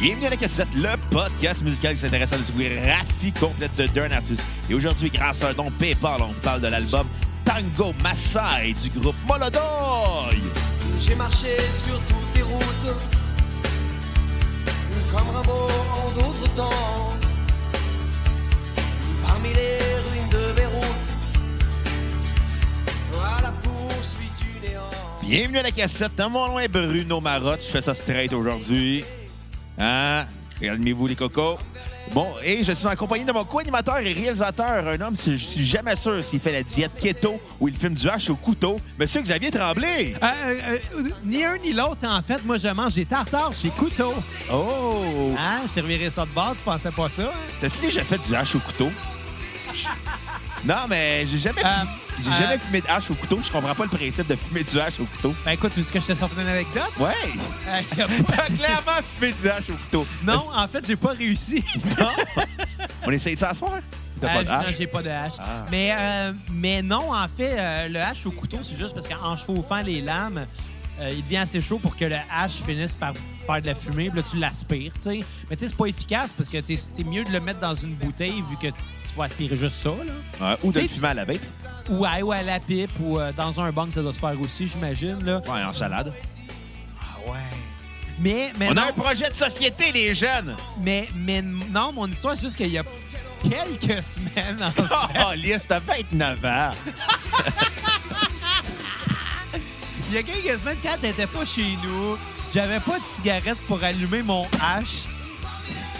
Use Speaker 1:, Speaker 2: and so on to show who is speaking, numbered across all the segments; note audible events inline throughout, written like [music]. Speaker 1: Bienvenue à la cassette, le podcast musical qui s'intéresse à la discographie complète d'un artiste. Et aujourd'hui, grâce à un nom PayPal, on vous parle de l'album Tango Maasai du groupe Molodoy.
Speaker 2: J'ai marché sur toutes les routes, comme Rimbaud en d'autres temps. Parmi les ruines de Beyrouth, à la poursuite du néant.
Speaker 1: Bienvenue à la cassette, dans mon nom est Bruno Marotte. Je fais ça straight aujourd'hui. Hein? Calmez-vous, les cocos. Bon, et je suis en compagnie de mon co-animateur et réalisateur, un homme, si- je suis jamais sûr s'il fait la diète keto ou il filme du hache au couteau, Monsieur Xavier Tremblay.
Speaker 3: Euh, euh, euh, ni un ni l'autre, en fait. Moi, je mange des tartares chez Couteau.
Speaker 1: Oh!
Speaker 3: Hein? Je t'ai reviré ça de bord, tu pensais pas ça? hein?
Speaker 1: T'as-tu déjà fait du hache au couteau? Non, mais j'ai jamais,
Speaker 3: Euh,
Speaker 1: fu- j'ai
Speaker 3: euh,
Speaker 1: jamais fumé de hache au couteau. Je comprends pas le principe de fumer du hache au couteau.
Speaker 3: Ben écoute, tu veux que je te sorte
Speaker 1: [laughs]
Speaker 3: une anecdote?
Speaker 1: Ouais!
Speaker 3: Euh, y a pas- [laughs]
Speaker 1: T'as clairement fumé du hache au couteau.
Speaker 3: non, en fait, j'ai
Speaker 1: [laughs]
Speaker 3: pas réussi.
Speaker 1: On essaye de s'asseoir? T'as
Speaker 3: Euh,
Speaker 1: pas de hache?
Speaker 3: Non, j'ai pas de hache.
Speaker 1: Ah.
Speaker 3: Mais, euh, mais non, en fait, euh, le hache au couteau, c'est juste parce qu'en chauffant les lames, euh, il devient assez chaud pour que le hache finisse par faire de la fumée. Puis là, tu l'aspires, tu sais. Mais tu sais, c'est pas efficace parce que t'es t'es mieux de le mettre dans une bouteille vu que tu vas aspirer juste ça, là.
Speaker 1: Ouais, ou de le
Speaker 3: t'sais-
Speaker 1: fumer à la vape.
Speaker 3: Ou à, ou à la pipe, ou euh, dans un banc, ça doit se faire aussi, j'imagine. Là.
Speaker 1: Ouais, en salade.
Speaker 3: Ah ouais. Mais, mais,
Speaker 1: On
Speaker 3: non,
Speaker 1: a un projet de société, les
Speaker 3: [laughs]
Speaker 1: jeunes!
Speaker 3: mais, mais non, mon histoire, c'est juste qu'il y a quelques semaines, en fait,
Speaker 1: Oh, Lise, t'as 29 ans!
Speaker 3: il y a quelques semaines, quand t'étais pas chez nous, j'avais pas de cigarette pour allumer mon H.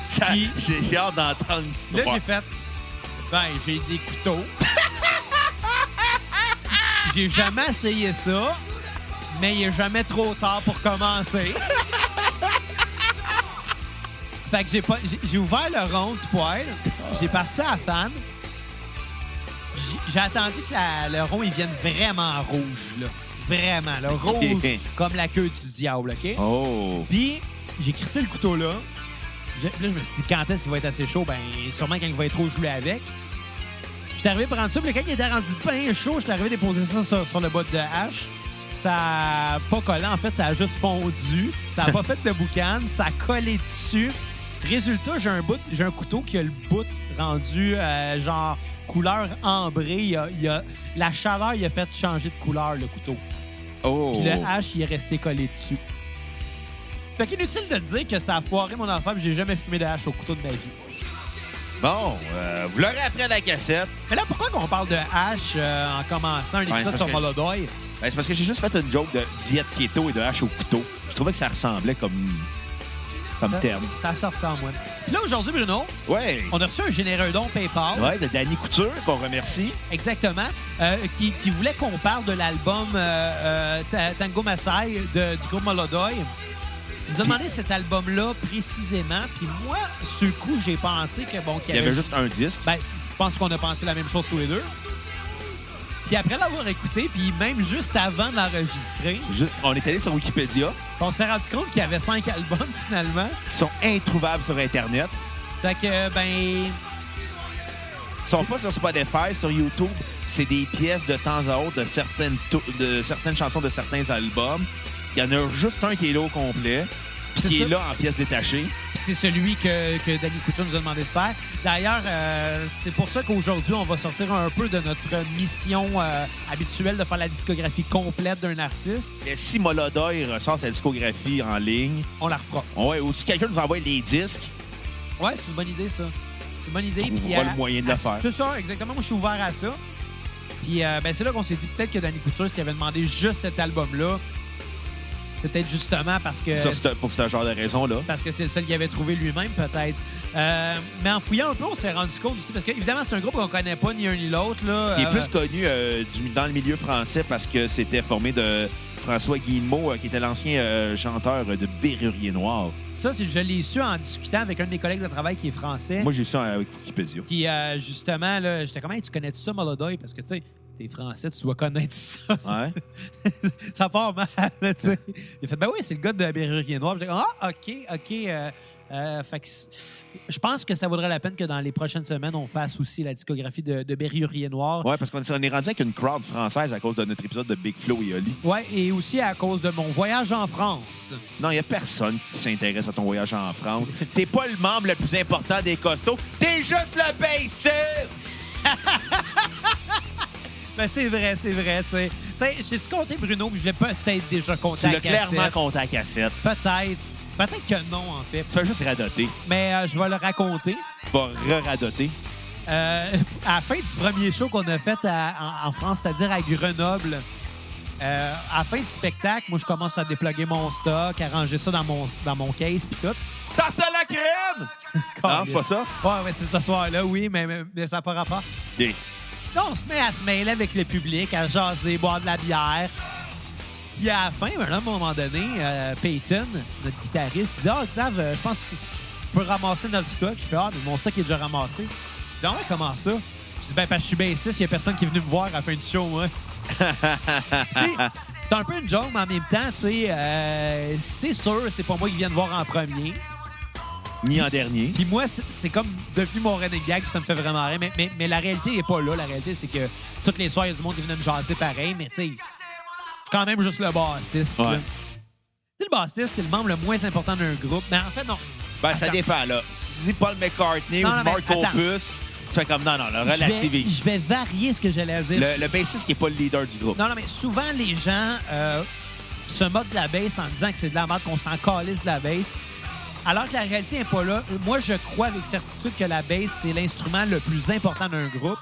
Speaker 1: Ça-
Speaker 3: Puis-
Speaker 1: J'ai j'ai hâte d'entendre
Speaker 3: Là,
Speaker 1: l'histoire.
Speaker 3: j'ai fait, ben, j'ai des couteaux. j'ai jamais essayé ça, mais il est jamais trop tard pour commencer. fait que j'ai pas, j'ai- j'ai ouvert le rond du poêle, j'ai parti à la fan. J'ai- J'ai attendu que la- le rond il vienne vraiment rouge, là. Vraiment, le rouge, comme la queue du diable, OK?
Speaker 1: Oh!
Speaker 3: Puis, j'ai crissé le couteau là. Je- puis là, je me suis dit, quand est-ce qu'il va être assez chaud? Ben, sûrement quand il va être trop joué avec. J'étais arrivé prendre ça, puis quand il était rendu bien chaud, j'étais arrivé déposer ça sur, sur le bas de hache. Ça a pas collé, en fait, ça a juste fondu. Ça a pas [laughs] fait de boucan, ça a collé dessus. Résultat, j'ai un bout, j'ai un couteau qui a le bout rendu euh, genre couleur ambrée. Il y a- il y a- la chaleur, il a fait changer de couleur le couteau.
Speaker 1: Oh!
Speaker 3: Puis le H, il est resté collé dessus. Fait qu'inutile de dire que ça a foiré mon enfant, puis j'ai jamais fumé de hache au couteau de ma vie.
Speaker 1: Bon, euh, vous l'aurez après la cassette.
Speaker 3: Mais là, pourquoi qu'on parle de hache euh, en commençant un épisode
Speaker 1: parce
Speaker 3: sur
Speaker 1: que-
Speaker 3: Molodoy?
Speaker 1: Ben, c'est parce que j'ai juste fait une joke de diète keto et de hache au couteau. Je trouvais que ça ressemblait comme, comme terme.
Speaker 3: Ça sort ça en moi. Puis là, aujourd'hui, Bruno,
Speaker 1: Ouais.
Speaker 3: on a reçu un généreux don PayPal,
Speaker 1: Ouais, de Danny Couture, qu'on remercie.
Speaker 3: exactement, euh, qui, qui voulait qu'on parle de l'album euh, euh, Ta- Tango Maasai de- du groupe Molodoy. Il nous a demandé cet album-là précisément, puis moi, sur le coup, j'ai pensé que, bon, qu'il
Speaker 1: Il y avait juste un disque.
Speaker 3: Ben, je pense qu'on a pensé la même chose tous les deux. Puis après l'avoir écouté, puis même juste avant de l'enregistrer,
Speaker 1: Juste- on est allé sur Wikipédia.
Speaker 3: on s'est rendu compte qu'il y avait cinq albums finalement.
Speaker 1: Ils sont introuvables sur Internet.
Speaker 3: Fait que, ben,
Speaker 1: Ils sont pas sur Spotify, sur YouTube. C'est des pièces de temps à autre de certaines, tou- de certaines chansons de certains albums. Il y en a juste un qui est là au complet, puis
Speaker 3: C'est
Speaker 1: qui est
Speaker 3: ça.
Speaker 1: là en pièces détachées.
Speaker 3: c'est celui que, que Danny Couture nous a demandé de faire. D'ailleurs, euh, c'est pour ça qu'aujourd'hui, on va sortir un peu de notre mission euh, habituelle de faire la discographie complète d'un artiste.
Speaker 1: Mais si Molodoy ressort sa discographie en ligne,
Speaker 3: On la refera.
Speaker 1: ouais, ou si quelqu'un nous envoie les disques,
Speaker 3: Ouais, c'est une bonne idée, ça. C'est une bonne idée.
Speaker 1: On
Speaker 3: puis
Speaker 1: voit
Speaker 3: à-
Speaker 1: le moyen de
Speaker 3: à-
Speaker 1: le faire.
Speaker 3: C'est ça, exactement. Moi, je suis ouvert à ça. Puis euh, ben, c'est là qu'on s'est dit peut-être que Danny Couture, s'il avait demandé juste cet album-là, c'est peut-être justement parce que
Speaker 1: sur ce- pour ce genre de raison-là.
Speaker 3: parce que c'est le seul qu'il avait trouvé lui-même, peut-être. Euh, mais en fouillant un peu, on s'est rendu compte aussi, parce que évidemment, c'est un groupe qu'on connaît pas ni un ni l'autre. là.
Speaker 1: Il est
Speaker 3: Euh,
Speaker 1: plus connu euh, du- dans le milieu français parce que c'était formé de François Guillemot, euh, qui était l'ancien euh, chanteur de Bérurier Noir.
Speaker 3: Ça, c'est- je l'ai su en discutant avec un de mes collègues de travail qui est français.
Speaker 1: Moi, j'ai ça avec Wikipédia.
Speaker 3: Puis euh, justement, là, j'étais comme, Hey, tu connais -tu ça, Molodoy? Parce que tu sais, t'es français, tu dois connaître ça.
Speaker 1: Ouais.
Speaker 3: [laughs] ça part mal, tu sais. Il a fait, ben oui, c'est le gars de la Berrurier Noir. J'ai dit, ah, OK, OK. euh, Euh, fait que c- je pense que ça vaudrait la peine que dans les prochaines semaines, on fasse aussi la discographie de, de Berrurier Noir.
Speaker 1: Ouais, parce qu'on on est rendu avec une crowd française à cause de notre épisode de Big Flo et Oli.
Speaker 3: Ouais, et aussi à cause de mon voyage en France.
Speaker 1: Non, il n'y a personne qui s'intéresse à ton voyage en France. T'es pas le membre le plus important des costauds. T'es juste le baisseur!
Speaker 3: Mais Ben, c'est vrai, c'est vrai, tu sais. Tu sais, j'ai-tu compté Bruno, puis je l'ai peut-être déjà compté
Speaker 1: Tu
Speaker 3: à
Speaker 1: l'as
Speaker 3: cassette.
Speaker 1: clairement compté à cassette.
Speaker 3: Peut-être. Peut-être que non, en fait.
Speaker 1: Fais juste radoter.
Speaker 3: Mais euh, je vais le raconter.
Speaker 1: Va re-radoter.
Speaker 3: Euh, à la fin du premier show qu'on a fait à- en, en France, c'est-à-dire à Grenoble, euh, à la fin du spectacle, moi, je commence à déploguer mon stock, à ranger ça dans mon, dans mon case, puis tout.
Speaker 1: Tarte à la crème! Non, c'est pas ça?
Speaker 3: Ouais, ouais, c'est ce soir-là, oui, mais, mais- mais ça n'a pas rapport.
Speaker 1: Des-
Speaker 3: Là, on se met à se mêler avec le public, à jaser, boire de la bière. Puis à la fin, ben là, à un moment donné, euh, Peyton, notre guitariste, dit Ah, Xav, euh, je pense que tu peux ramasser notre stock. Je fais Ah, mais mon stock est déjà ramassé. Il dit Ah, ouais, comment ça Je dis Ben, parce que je suis bassiste, il n'y a personne qui est venu me voir à la fin du show, moi. [laughs] Tu sais, c'est un peu une joke, mais en même temps, tu sais, euh, c'est sûr, c'est pas moi qui viens de voir en premier.
Speaker 1: Ni en dernier.
Speaker 3: Puis moi, c'est- c'est comme devenu mon running gag, puis ça me fait vraiment rire. Mais, mais, mais la réalité n'est pas là. La réalité, c'est que toutes les soirs, il y a du monde qui venait me jaser pareil, mais tu sais, je suis quand même juste le bassiste. là.
Speaker 1: Ouais.
Speaker 3: Tu sais, Le bassiste, c'est le membre le moins important d'un groupe. Mais en fait, non.
Speaker 1: Ben, ça
Speaker 3: Attends.
Speaker 1: dépend, là. Si tu dis Paul McCartney
Speaker 3: Non,
Speaker 1: ou
Speaker 3: non, mais
Speaker 1: Mark
Speaker 3: attends.
Speaker 1: Hoppus, tu fais comme non, non, là, relativise.
Speaker 3: Je vais, je vais varier ce que j'allais dire.
Speaker 1: Le, le bassiste qui n'est pas le leader du groupe.
Speaker 3: Non, non, mais souvent, les gens euh, se moquent de la baisse en disant que c'est de la merde, qu'on s'en calisse de la baisse. Alors que la réalité n'est pas là. Moi, je crois avec certitude que la baisse, c'est l'instrument le plus important d'un groupe.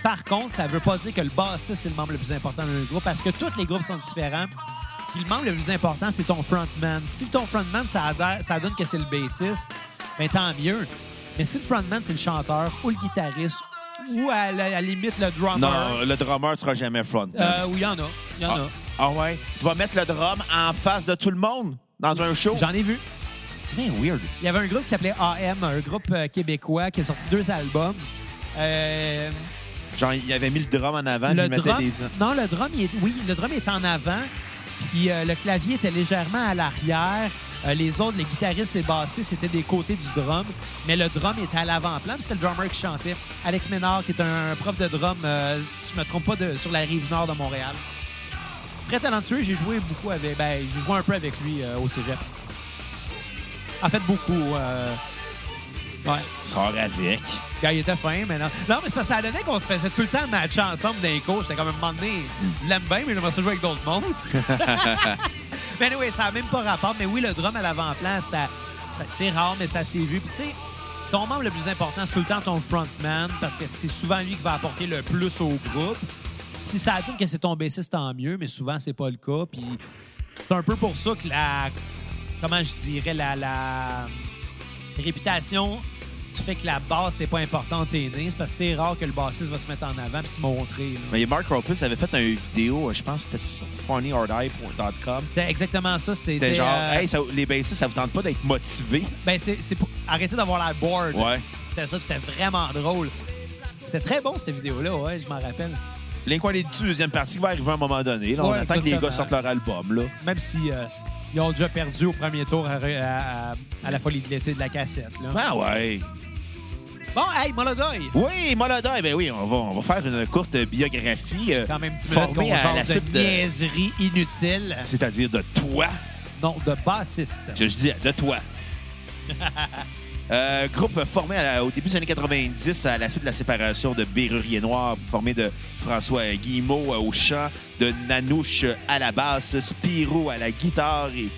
Speaker 3: Par contre, ça ne veut pas dire que le bassiste, c'est le membre le plus important d'un groupe parce que tous les groupes sont différents. Puis le membre le plus important, c'est ton frontman. Si ton frontman, ça, adhère- ça donne que c'est le bassiste, bien tant mieux. Mais si le frontman, c'est le chanteur ou le guitariste ou à la, à la limite le drummer,
Speaker 1: Non, le drummer ne sera jamais front.
Speaker 3: euh, oui, il y en a. Il y en
Speaker 1: ah,
Speaker 3: a.
Speaker 1: ah ouais? Tu vas mettre le drum en face de tout le monde dans un show?
Speaker 3: J'en ai vu.
Speaker 1: C'est bien weird.
Speaker 3: Il y avait un groupe qui s'appelait AM, un groupe euh, québécois qui a sorti deux albums. Euh,
Speaker 1: Genre, il avait mis le drum en avant, puis
Speaker 3: le
Speaker 1: il mettait
Speaker 3: drum,
Speaker 1: des...
Speaker 3: non, le drum, il est, oui, le drum est en avant, puis euh, le clavier était légèrement à l'arrière. Euh, les autres, les guitaristes et bassistes, c'était des côtés du drum, mais le drum était à l'avant-plan, puis c'était le drummer qui chantait. Alex Ménard, qui est un prof de drum, euh, si je me trompe pas, de- sur la rive nord de Montréal. Très talentueux, j'ai joué beaucoup avec, ben, j'ai joué un peu avec lui euh, au cégep. En fait, beaucoup. euh, ouais.
Speaker 1: Sors avec.
Speaker 3: Quand il était fin, mais non. Non, mais c'est parce que ça donnait qu'on se faisait tout le temps matcher ensemble d'un cours. J'étais comme un moment donné, je l'aime bien, mais j'aimerais ça jouer avec d'autres mondes. mais anyway, Ben ça n'a même pas rapport. Mais oui, le drum à l'avant-plan, ça, ça- c'est rare, mais ça s'est vu. Puis tu sais, ton membre le plus important, c'est tout le temps ton frontman, parce que c'est souvent lui qui va apporter le plus au groupe. Si ça donne que c'est ton bassiste, tant mieux, mais souvent, c'est pas le cas. Puis c'est un peu pour ça que la. Comment je dirais, la- la réputation tu fais que la basse, c'est pas importante et née. C'est parce que c'est rare que le bassiste va se mettre en avant puis se montrer. là.
Speaker 1: Mais Mark Hoppus avait fait une vidéo, je pense que c'était sur funnyhardeye.com.
Speaker 3: C'est exactement ça, c'était.
Speaker 1: C'était genre,
Speaker 3: euh,
Speaker 1: hey, ça- les bassistes, ça vous tente pas d'être motivé?
Speaker 3: ben, c'est, c'est pour arrêter d'avoir la board. C'était ça, puis c'était vraiment drôle. C'était très bon, cette vidéo-là, ouais, je m'en rappelle.
Speaker 1: L'incoin des deuxième partie qui va arriver à un moment donné. Là, on
Speaker 3: Ouais,
Speaker 1: attend que les
Speaker 3: exactement.
Speaker 1: gars sortent leur album. Là.
Speaker 3: Même si euh, ils ont déjà perdu au premier tour à, à- à- à la folie de l'été de la cassette. Là.
Speaker 1: Ah ouais.
Speaker 3: Bon, hey, Molodoy!
Speaker 1: Oui, Molodai, ben oui, on va, on va faire une courte biographie euh,
Speaker 3: C'est Quand même 10 minutes qu'on
Speaker 1: formée à la
Speaker 3: jase
Speaker 1: suite
Speaker 3: de
Speaker 1: de...
Speaker 3: niaiseries inutiles.
Speaker 1: C'est-à-dire de toi.
Speaker 3: Non, de bassiste.
Speaker 1: Je, je dis de [laughs] toi. Euh, groupe formé à la- au début des années 90 à la suite de la séparation de Bérurier Noir, formé de François Guillemot euh, au chant, de Nanouche à la basse, Spirou à la guitare et,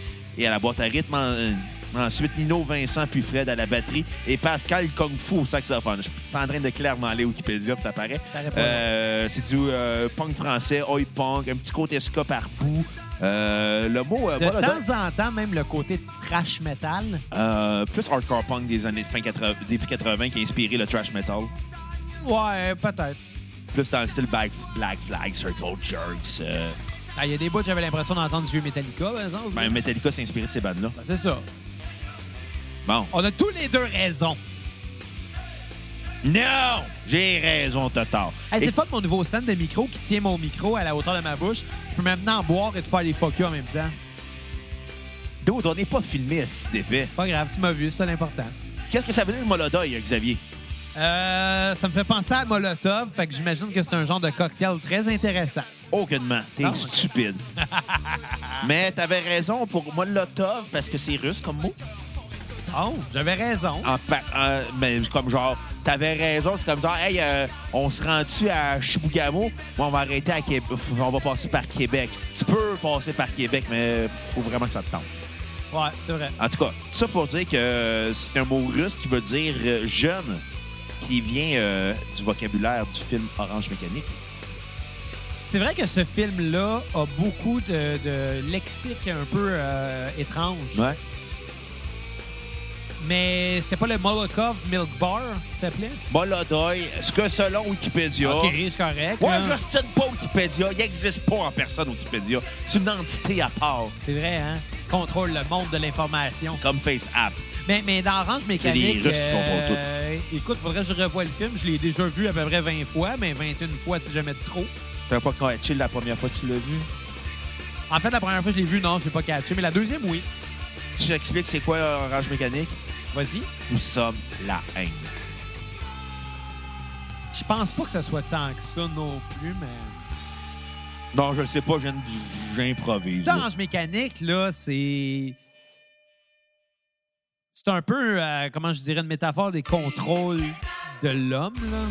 Speaker 1: et à la boîte à rythme. En- euh, ensuite, Nino Vincent, puis Fred à la batterie et Pascal Kung Fu au saxophone. Je suis en train de clairement aller Wikipédia, puis ça paraît.
Speaker 3: paraît pas,
Speaker 1: Euh, c'est du euh, punk français, oi punk, un petit côté ska par bout. Euh, le mot... euh,
Speaker 3: De
Speaker 1: voilà,
Speaker 3: temps en temps, même le côté trash metal.
Speaker 1: euh, plus hardcore punk des années fin 80, début 80 qui a inspiré le thrash metal.
Speaker 3: Ouais, peut-être.
Speaker 1: Plus dans le style Black, Black Flag, Circle Jerks. euh,
Speaker 3: Ah, Il y a des bouts, j'avais l'impression d'entendre du vieux Metallica, par exemple.
Speaker 1: ben, Metallica s'est inspiré de ces bandes-là.
Speaker 3: Ben, c'est ça.
Speaker 1: Bon.
Speaker 3: On a tous les deux raison.
Speaker 1: Non! J'ai raison, Total.
Speaker 3: Hey, Ah, c'est
Speaker 1: Et-
Speaker 3: le fun, mon nouveau stand de micro qui tient mon micro à la hauteur de ma bouche. Je peux maintenant boire et te faire les fuck you en même temps.
Speaker 1: D'autres, on n'est pas filmé à six d'épais.
Speaker 3: Pas grave, tu m'as vu, c'est ça l'important.
Speaker 1: Qu'est-ce que ça veut dire, Molodoy, euh, Xavier?
Speaker 3: Euh, ça me fait penser à Molotov, fait que j'imagine que c'est un genre de cocktail très intéressant.
Speaker 1: Aucunement. T'es
Speaker 3: Non. [laughs]
Speaker 1: stupide. Mais t'avais raison pour Molotov, parce que c'est russe comme mot.
Speaker 3: Oh, j'avais raison.
Speaker 1: En pa- en- mais comme genre, t'avais raison, c'est comme genre, hey, euh, on se rend-tu à Chibougamau? Bon, on va arrêter à Québec. On va passer par Québec. Tu peux passer par Québec, mais faut vraiment que ça te tente.
Speaker 3: Ouais, c'est vrai.
Speaker 1: En tout cas, tout ça pour dire que euh, c'est un mot russe qui veut dire euh, jeune, qui vient euh, du vocabulaire du film Orange Mécanique.
Speaker 3: C'est vrai que ce film-là a beaucoup de, de lexique un peu euh, étrange.
Speaker 1: Ouais.
Speaker 3: Mais c'était pas le Molotov Milk Bar qui s'appelait?
Speaker 1: Molodoy, ce que selon Wikipédia.
Speaker 3: Ok, c'est correct.
Speaker 1: Ouais,
Speaker 3: hein.
Speaker 1: je ne pas Wikipédia. Il n'existe pas en personne Wikipédia. C'est une entité à part,
Speaker 3: C'est vrai, hein? Contrôle le monde de l'information.
Speaker 1: comme FaceApp.
Speaker 3: Mais, mais dans Orange
Speaker 1: C'est les
Speaker 3: Mécanique.
Speaker 1: Russes qui contrôlent tout.
Speaker 3: euh, écoute, faudrait que je revoie le film. Je l'ai déjà vu à peu près 20 fois, mais 21 fois si jamais de trop.
Speaker 1: T'as pas catché la première fois que tu l'as vu?
Speaker 3: En fait, la première fois, je l'ai vu, non, je l'ai pas catché, mais la deuxième, oui.
Speaker 1: Tu expliques c'est quoi Orange Mécanique?
Speaker 3: Vas-y.
Speaker 1: Nous sommes la haine.
Speaker 3: Je pense pas que ça soit tant que ça non plus, mais.
Speaker 1: Non, je le sais pas, je viens de- j'improvise. là.
Speaker 3: Orange Mécanique, là, c'est. C'est un peu, euh, comment je dirais, une métaphore des contrôles de l'homme, là.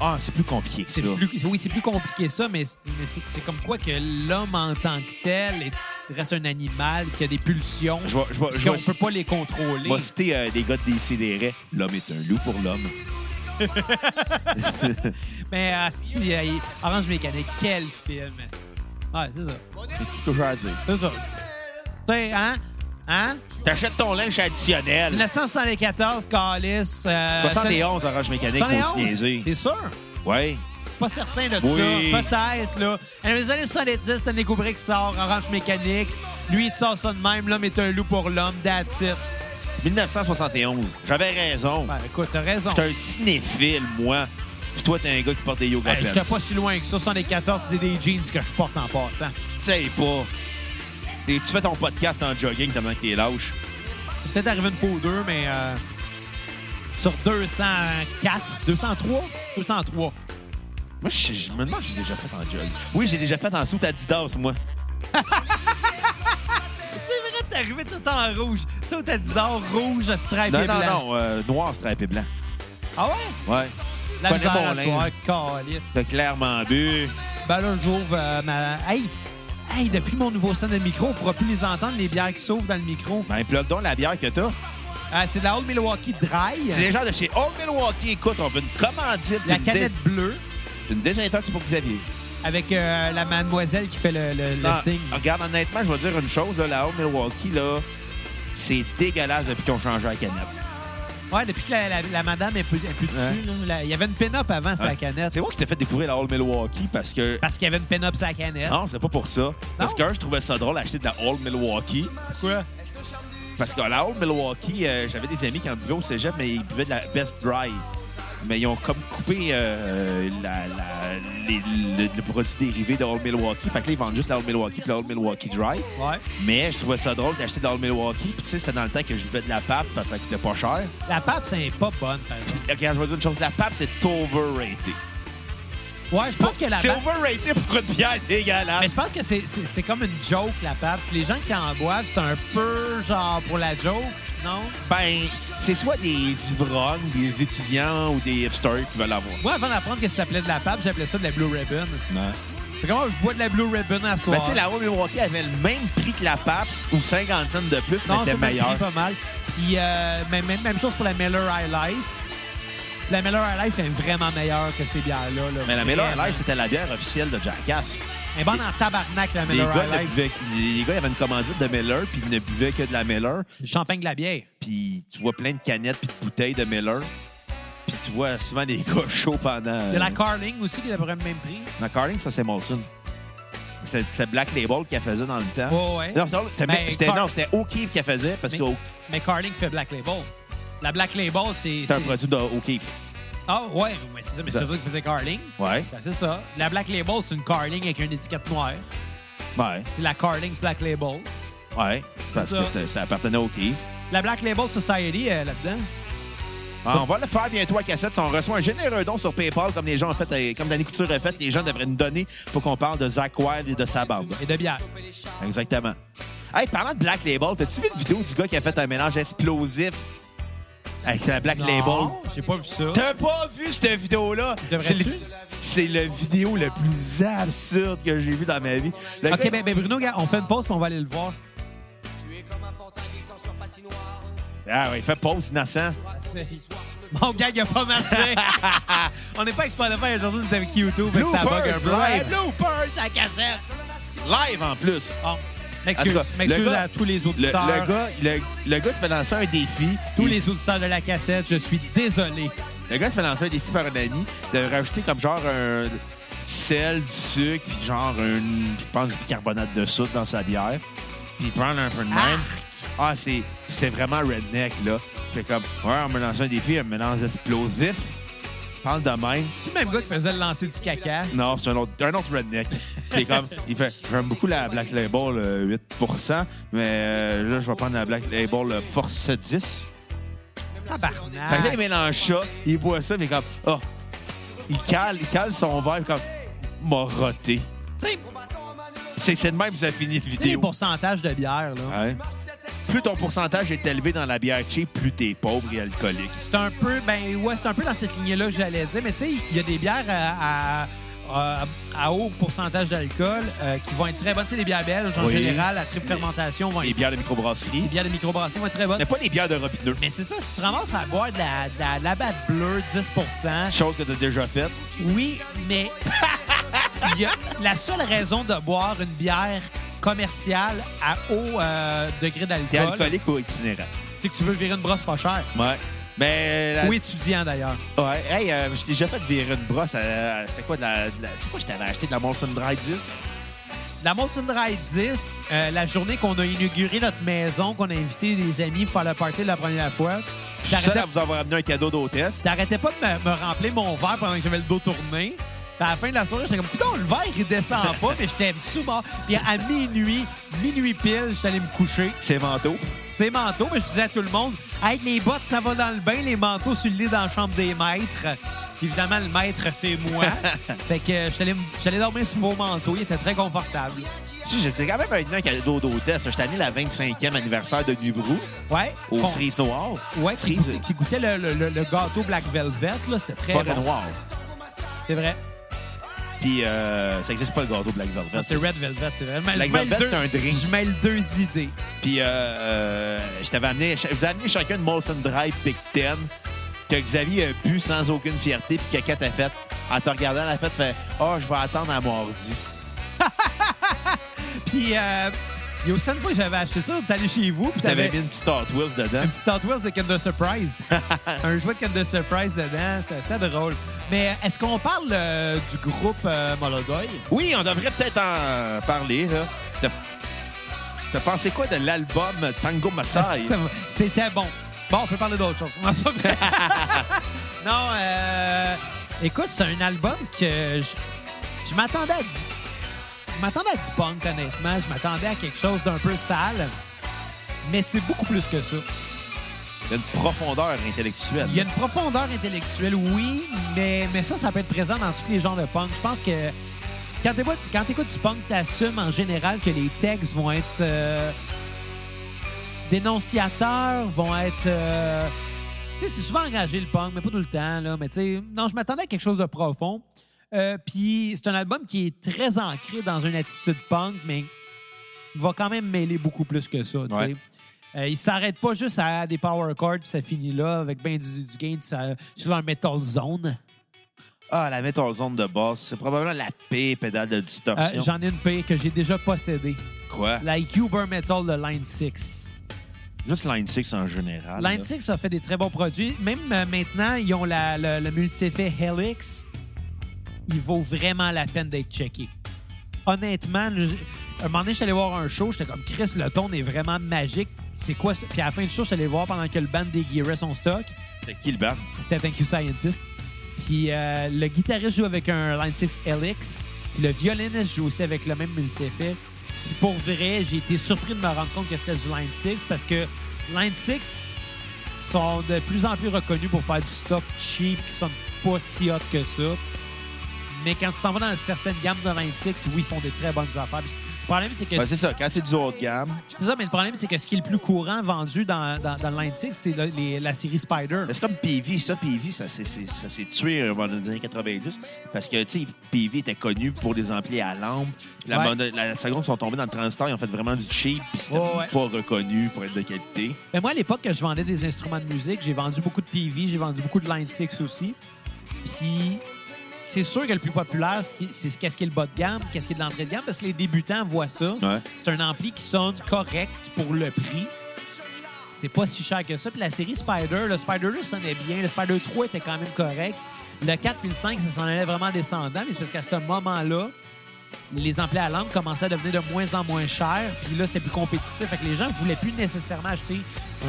Speaker 1: Ah, c'est plus compliqué que ça.
Speaker 3: C'est plus- oui, c'est plus compliqué que ça, mais, mais c'est c'est comme quoi que l'homme en tant que tel est- reste un animal qui a des pulsions.
Speaker 1: Je vais- je vais-
Speaker 3: puis
Speaker 1: je
Speaker 3: qu'on
Speaker 1: vais-
Speaker 3: peut pas les contrôler.
Speaker 1: Moi, citer euh, des gars de Décideret. L'homme est un loup pour l'homme.
Speaker 3: Mais euh, si, euh, Orange Mécanique, quel film! Ouais, c'est ça.
Speaker 1: C'est tout ce que j'ai à dire.
Speaker 3: C'est ça. T'sais, hein? Hein?
Speaker 1: T'achètes ton linge additionnel.
Speaker 3: 1974, Calis. euh,
Speaker 1: 71 Orange Mécanique, mon petit niaisé.
Speaker 3: T'es sûr?
Speaker 1: Ouais.
Speaker 3: Pas certain de
Speaker 1: Oui.
Speaker 3: ça. Peut-être, là. Dans les années 70, Stanley Kubrick sort Orange Mécanique. Lui, il te sort ça de même. L'homme est un loup pour l'homme. That's it.
Speaker 1: 1971. J'avais raison.
Speaker 3: Ben, écoute, t'as raison.
Speaker 1: J'étais un cinéphile, moi. Puis toi, t'es un gars qui porte des yoga
Speaker 3: Hey,
Speaker 1: pants.
Speaker 3: J'étais pas si loin que ça. 74, c'est des jeans que je porte en passant.
Speaker 1: Tu sais pas. T'es- Tu fais ton podcast en jogging tellement que t'es lâche.
Speaker 3: C'est peut-être arrivé une fois ou deux, mais euh, sur 204, 203, 203.
Speaker 1: Moi, je, je me demande si j'ai déjà fait en jog. Oui, j'ai déjà fait en sous Adidas, moi.
Speaker 3: C'est vrai, t'es arrivé tout en rouge. Ça, t'as dit d'or, rouge, stripe
Speaker 1: Non,
Speaker 3: et
Speaker 1: non,
Speaker 3: blanc.
Speaker 1: non. euh, noir, stripé blanc.
Speaker 3: Ah ouais?
Speaker 1: Ouais.
Speaker 3: La
Speaker 1: Connais
Speaker 3: misère
Speaker 1: mon
Speaker 3: à
Speaker 1: linge.
Speaker 3: soir, calice.
Speaker 1: T'as clairement bu.
Speaker 3: Ben là, j'ouvre euh, ma... Hey! Hey, depuis mon nouveau stand de micro, on pourra plus les entendre, les bières qui s'ouvrent dans le micro.
Speaker 1: Ben, plug donc la bière que t'as.
Speaker 3: Euh, c'est de la Old Milwaukee Dry.
Speaker 1: C'est les gens de chez Old Milwaukee. Écoute, on veut une commandite.
Speaker 3: La
Speaker 1: une
Speaker 3: canette bleue
Speaker 1: dé- Une désintox pour Xavier.
Speaker 3: avec euh, la mademoiselle qui fait le, le- le
Speaker 1: Non,
Speaker 3: signe.
Speaker 1: Regarde, honnêtement, je vais dire une chose. Là, la Old Milwaukee, là, c'est dégueulasse depuis qu'on changeait la canette.
Speaker 3: Ouais, depuis que la, la- la madame est plus, est plus
Speaker 1: Ouais.
Speaker 3: dessus, là, la- il y avait une pin-up avant sa
Speaker 1: Ouais.
Speaker 3: canette.
Speaker 1: C'est moi qui t'ai fait découvrir la Old Milwaukee parce que...
Speaker 3: Parce qu'il y avait une pin-up sa canette.
Speaker 1: Non, c'est pas pour ça. Parce que un, je trouvais ça drôle d'acheter de la Old Milwaukee.
Speaker 3: Pourquoi?
Speaker 1: Parce que la Old Milwaukee, euh, j'avais des amis qui en buvaient au cégep, mais ils buvaient de la Best Dry. Mais ils ont comme coupé euh, la- la- les- le, le produit dérivé de Old Milwaukee. Fait que là, ils vendent juste la Old Milwaukee puis la Old Milwaukee Dry.
Speaker 3: Ouais.
Speaker 1: Mais je trouvais ça drôle d'acheter de la Old Milwaukee. Puis tu sais, c'était dans le temps que je buvais de la pape parce que ça coûtait pas cher.
Speaker 3: La pape, c'est pas bonne, par exemple.
Speaker 1: Regarde, je vais dire une chose. La pape, c'est overrated.
Speaker 3: Ouais, je pense que la
Speaker 1: C'est
Speaker 3: pape...
Speaker 1: overrated pour une bière dégueulasse.
Speaker 3: Mais je pense que c'est- c'est c'est comme une joke, la pape. Les gens qui en boivent, c'est un peu genre pour la joke, non?
Speaker 1: Ben, c'est soit des ivrognes, des étudiants ou des hipsters qui veulent l'avoir.
Speaker 3: Moi, avant d'apprendre que ça s'appelait de la pape, j'appelais ça de la Blue Ribbon.
Speaker 1: Non.
Speaker 3: Fait comment je bois de la Blue Ribbon à
Speaker 1: Ben,
Speaker 3: soir?
Speaker 1: tu Ben, sais, la Rome Milwaukee avait le même prix que la Pabst ou 50 cents de plus, mais
Speaker 3: non,
Speaker 1: était
Speaker 3: ça me
Speaker 1: meilleure.
Speaker 3: plaît pas mal. Puis, euh, même, même- même chose pour la Miller High Life. La Miller High Life est vraiment meilleure que ces bières-là. là.
Speaker 1: Mais la Miller
Speaker 3: Vraiment.
Speaker 1: Live, c'était la bière officielle de Jackass.
Speaker 3: Elle est bonne en tabarnak, la
Speaker 1: Les
Speaker 3: Miller
Speaker 1: gars,
Speaker 3: High
Speaker 1: ne
Speaker 3: Life.
Speaker 1: buvaient- les gars, il y avait une commandite de Miller, puis ils ne buvaient que de la Miller.
Speaker 3: Champagne de la bière.
Speaker 1: Puis tu vois plein de canettes puis de bouteilles de Miller. Puis tu vois souvent des gars chauds pendant...
Speaker 3: Il y a la Carling aussi qui est à peu près le même prix.
Speaker 1: La Carling, ça, c'est Molson. C'est c'est Black Label qui la faisait dans le temps.
Speaker 3: Ouais, ouais.
Speaker 1: Non, c'est drôle, c'est-
Speaker 3: Ben,
Speaker 1: c'était
Speaker 3: Car-
Speaker 1: non, c'était O'Keeffe qui la faisait, parce
Speaker 3: Mais,
Speaker 1: que
Speaker 3: mais Carling fait Black Label. La Black Label, c'est.
Speaker 1: c'est un
Speaker 3: c'est-
Speaker 1: produit d'O'Keeffe.
Speaker 3: Ah, ouais, mais c'est ça, mais c'est ça qui faisait Carling.
Speaker 1: Ouais.
Speaker 3: Ben, c'est ça. La Black Label, c'est une Carling avec une étiquette noire.
Speaker 1: Ouais.
Speaker 3: Puis la Carling, c'est Black Label.
Speaker 1: Ouais, parce
Speaker 3: ça.
Speaker 1: que c'était- ça appartenait au Keith.
Speaker 3: La Black Label Society euh, là-dedans.
Speaker 1: Ah, on va le faire bientôt à cassette. Si on reçoit un généreux don sur PayPal, comme les gens ont fait, euh, comme Danny Couture a fait, les gens devraient nous donner pour qu'on parle de Zach Wilde et de sa bande.
Speaker 3: Et de bière.
Speaker 1: Exactement. Hey, parlant de Black Label, t'as-tu vu la vidéo du gars qui a fait un mélange explosif avec la Black Label?
Speaker 3: Non, J'ai pas vu ça.
Speaker 1: T'as pas vu cette vidéo-là? C'est
Speaker 3: Devrais-tu?
Speaker 1: le- C'est la vidéo la plus absurde que j'ai vue dans ma vie. Le gars-
Speaker 3: Ok, ben, ben Bruno, gars, on fait une pause puis on va aller le voir.
Speaker 2: Tu es comme un pantin glissant sur patinoire.
Speaker 1: Ah oui, fais pause, innocent.
Speaker 3: Mon gars, il a
Speaker 1: [laughs]
Speaker 3: pas marché. on n'est pas experts de faire aujourd'hui, on est avec YouTube. fait que Ça bug un peu.
Speaker 1: ouais,
Speaker 3: Ouais,
Speaker 1: bloopers, la cassette. Live en plus.
Speaker 3: Bon,
Speaker 1: En tout
Speaker 3: m'excuse.
Speaker 1: cas,
Speaker 3: M'excuse
Speaker 1: le gars-
Speaker 3: à tous les
Speaker 1: Le,
Speaker 3: auditeurs.
Speaker 1: le gars, le, le gars se fait lancer un défi.
Speaker 3: tous
Speaker 1: Il-
Speaker 3: les auditeurs de la cassette, je suis désolé.
Speaker 1: Le gars se fait lancer un défi par un ami de rajouter comme genre un sel, du sucre, puis genre une, je pense, du bicarbonate de soude dans sa bière. Puis prendre un peu de même. Ah, c'est c'est vraiment redneck, là. Fait comme, ouais, on me lance un défi, un mélange explosif. Parle de même.
Speaker 3: C'est le même gars qui faisait le lancer du caca.
Speaker 1: Non, c'est un autre, un autre redneck. C'est comme, il fait, j'aime beaucoup la Black Label euh, 8%, mais euh, là, je vais prendre la Black Label euh, Force 10. Fait que là, il
Speaker 3: Tabarnak.
Speaker 1: mélange ça, il boit ça, mais comme, ah, il cale, il cale son verre, comme, m'a roté.
Speaker 3: Tu sais,
Speaker 1: C'est c'est de même que ça finit la
Speaker 3: les
Speaker 1: vidéo.
Speaker 3: pourcentages de bière, là.
Speaker 1: Hein? Plus ton pourcentage est élevé dans la bière cheap, plus t'es pauvre et alcoolique.
Speaker 3: C'est un peu, ben ouais, c'est un peu dans cette lignée-là que j'allais dire, mais tu sais, il y a des bières à, à- à- à haut pourcentage d'alcool euh, qui vont être très bonnes. Tu sais, les bières belges, en
Speaker 1: Oui.
Speaker 3: général, à triple fermentation, vont
Speaker 1: Les
Speaker 3: être,
Speaker 1: bières de
Speaker 3: les
Speaker 1: microbrasserie,
Speaker 3: bières de microbrasserie vont être très bonnes.
Speaker 1: mais pas les bières de robineux.
Speaker 3: Mais c'est ça, si tu te ramasses à boire de la, de la, de la batte bleue, 10
Speaker 1: Chose que t'as déjà faite.
Speaker 3: Oui, mais [laughs] il y a- la seule raison de boire une bière commerciale à haut euh, degré
Speaker 1: T'es
Speaker 3: d'alcool,
Speaker 1: alcoolique ou itinérant.
Speaker 3: c'est que tu veux virer une brosse pas chère.
Speaker 1: Ouais. Mais la-
Speaker 3: Ou étudiant, d'ailleurs.
Speaker 1: Ouais, hey, euh, je t'ai déjà fait virer une brosse. à- à- c'est quoi de la. de la- c'est quoi je t'avais acheté de la Molson Dry 10?
Speaker 3: La Molson Dry 10, euh, la journée qu'on a inauguré notre maison, qu'on a invité des amis pour faire le party la première fois,
Speaker 1: Je suis seul
Speaker 3: t'arrêtais
Speaker 1: à vous avoir amené un cadeau d'hôtesse.
Speaker 3: t'arrêtais pas de me, me remplir mon verre pendant que j'avais le dos tourné. Puis à la fin de la soirée, j'étais comme, putain, le verre, il descend
Speaker 1: [laughs]
Speaker 3: pas, mais j'étais sous-mort. Puis à minuit, minuit pile, j'étais allé me coucher.
Speaker 1: C'est manteau.
Speaker 3: C'est manteau, mais je disais à tout le monde, avec les bottes, ça va dans le bain, les manteaux sur le lit dans la chambre des maîtres. Évidemment, le maître, c'est
Speaker 1: [laughs]
Speaker 3: moi. fait que euh, j'allais j'allais dormir sur mon manteau, il était très confortable.
Speaker 1: Tu sais, j'étais quand même amené un cadeau d'hôtesse. J'étais amené la 25e anniversaire de Dubrou
Speaker 3: Ouais.
Speaker 1: aux
Speaker 3: Con-
Speaker 1: cerises noires.
Speaker 3: Ouais, qui
Speaker 1: cerises
Speaker 3: goûtait, qui goûtait le, le- le- le gâteau Black Velvet, là, c'était très
Speaker 1: forêt
Speaker 3: bon.
Speaker 1: noire.
Speaker 3: C'est vrai.
Speaker 1: Puis euh, ça existe pas le gâteau Black Velvet.
Speaker 3: Non, Ah, C'est Red Velvet, c'est vrai. Je mêle-
Speaker 1: Black
Speaker 3: je mêle
Speaker 1: Velvet,
Speaker 3: deux-
Speaker 1: c'est un drink.
Speaker 3: Je mêle deux idées.
Speaker 1: Puis euh, euh, je t'avais amené. Je vous ai amené chacun une Molson Dry Big Ten que Xavier a bu sans aucune fierté. Puis que Kat a fait. En te regardant, elle a fait, fait Ah, je vais attendre à mardi.
Speaker 3: Puis, euh, il y a aussi une fois que j'avais acheté ça, t'es allé chez vous, puis
Speaker 1: T'avais
Speaker 3: t'avais
Speaker 1: mis une petite Hot Wheels dedans.
Speaker 3: un petit Hot Wheels de Kinder Surprise. un jouet de Kinder Surprise dedans, ça- c'était drôle. Mais est-ce qu'on parle euh, du groupe euh, Molodeuil?
Speaker 1: Oui, on devrait peut-être en parler. là. T'as- T'as pensé quoi de l'album Tango Massai?
Speaker 3: Ça, C'était bon. Bon, on peut parler d'autre chose. Non, pas vrai. non, euh, écoute, c'est un album que je, je m'attendais à du... Je m'attendais à du punk, honnêtement. Je m'attendais à quelque chose d'un peu sale. Mais c'est beaucoup plus que ça.
Speaker 1: Il y a une profondeur intellectuelle.
Speaker 3: Il y a une profondeur intellectuelle, oui, mais, mais ça, ça peut être présent dans tous les genres de punk. Je pense que quand t'écoutes, quand t'écoutes du punk, t'assumes en général que les textes vont être euh, dénonciateurs, vont être... euh, tu sais, c'est souvent engagé, le punk, mais pas tout le temps. Là. Mais tu sais, non, je m'attendais à quelque chose de profond. Euh, Puis c'est un album qui est très ancré dans une attitude punk, mais il va quand même mêler beaucoup plus que ça. tu sais.
Speaker 1: Ouais.
Speaker 3: Euh, ils s'arrêtent pas juste à des power chords, puis ça finit là avec ben du, du gain sur, sur leur metal zone.
Speaker 1: Ah, la Metal Zone de boss, c'est probablement la pire pédale de
Speaker 3: Euh,
Speaker 1: distorsion.
Speaker 3: J'en ai une pire que j'ai déjà possédée.
Speaker 1: Quoi?
Speaker 3: La Uber Metal de Line 6.
Speaker 1: Juste Line 6 en général.
Speaker 3: Line
Speaker 1: là.
Speaker 3: 6 a fait des très bons produits. Même euh, maintenant, ils ont la- le, le multi-effet Helix. Il vaut vraiment la peine d'être checké. Honnêtement, je- un moment donné, je suis allé voir un show. J'étais comme, Chris, le ton est vraiment magique. C'est quoi? ce- Puis à la fin du show, je suis allé voir pendant que le band déguirait son stock.
Speaker 1: C'était qui le band?
Speaker 3: C'était Thank You Scientist. Puis euh, le guitariste joue avec un Line 6 LX. Le violoniste joue aussi avec le même multi-effet. Puis pour vrai, j'ai été surpris de me rendre compte que c'était du Line 6 parce que Line 6 sont de plus en plus reconnus pour faire du stock cheap qui sonne pas si hot que ça. Mais quand tu t'en vas dans certaines gammes de Line 6, oui, ils font des très bonnes affaires. Puis le problème, c'est que
Speaker 1: Ben, c'est ça, quand c'est du haut de gamme.
Speaker 3: c'est ça, mais le problème, c'est que ce qui est le plus courant vendu dans, dans, dans le Line 6, c'est le- les- la série Spider.
Speaker 1: Mais C'est comme PV, ça, PV, ça s'est- c'est- ça s'est tué euh, dans les années 90. Parce que, tu sais, PV était connu pour des amplis à lampe. La,
Speaker 3: Ouais.
Speaker 1: mode- la seconde, ils sont tombés dans le transistor, ils ont fait vraiment du cheap, puis c'était
Speaker 3: Ouais, ouais.
Speaker 1: pas reconnu pour être de qualité.
Speaker 3: Mais moi, à l'époque, que je vendais des instruments de musique, j'ai vendu beaucoup de PV, j'ai vendu beaucoup de Line 6 aussi. Puis, c'est sûr que le plus populaire, ce qui- c'est ce- qu'est-ce qui est le bas de gamme, qu'est-ce qui est de l'entrée de gamme, parce que les débutants voient ça.
Speaker 1: Ouais.
Speaker 3: C'est un ampli qui sonne correct pour le prix. C'est pas si cher que ça. Puis la série Spider, le Spider 2 sonnait bien. Le Spider 3 était quand même correct. Le 4 puis le 5, ça s'en allait vraiment descendant. Mais c'est parce qu'à ce moment-là, les amplis à lampe commençaient à devenir de moins en moins chers. Puis là, c'était plus compétitif. Fait que les gens voulaient plus nécessairement acheter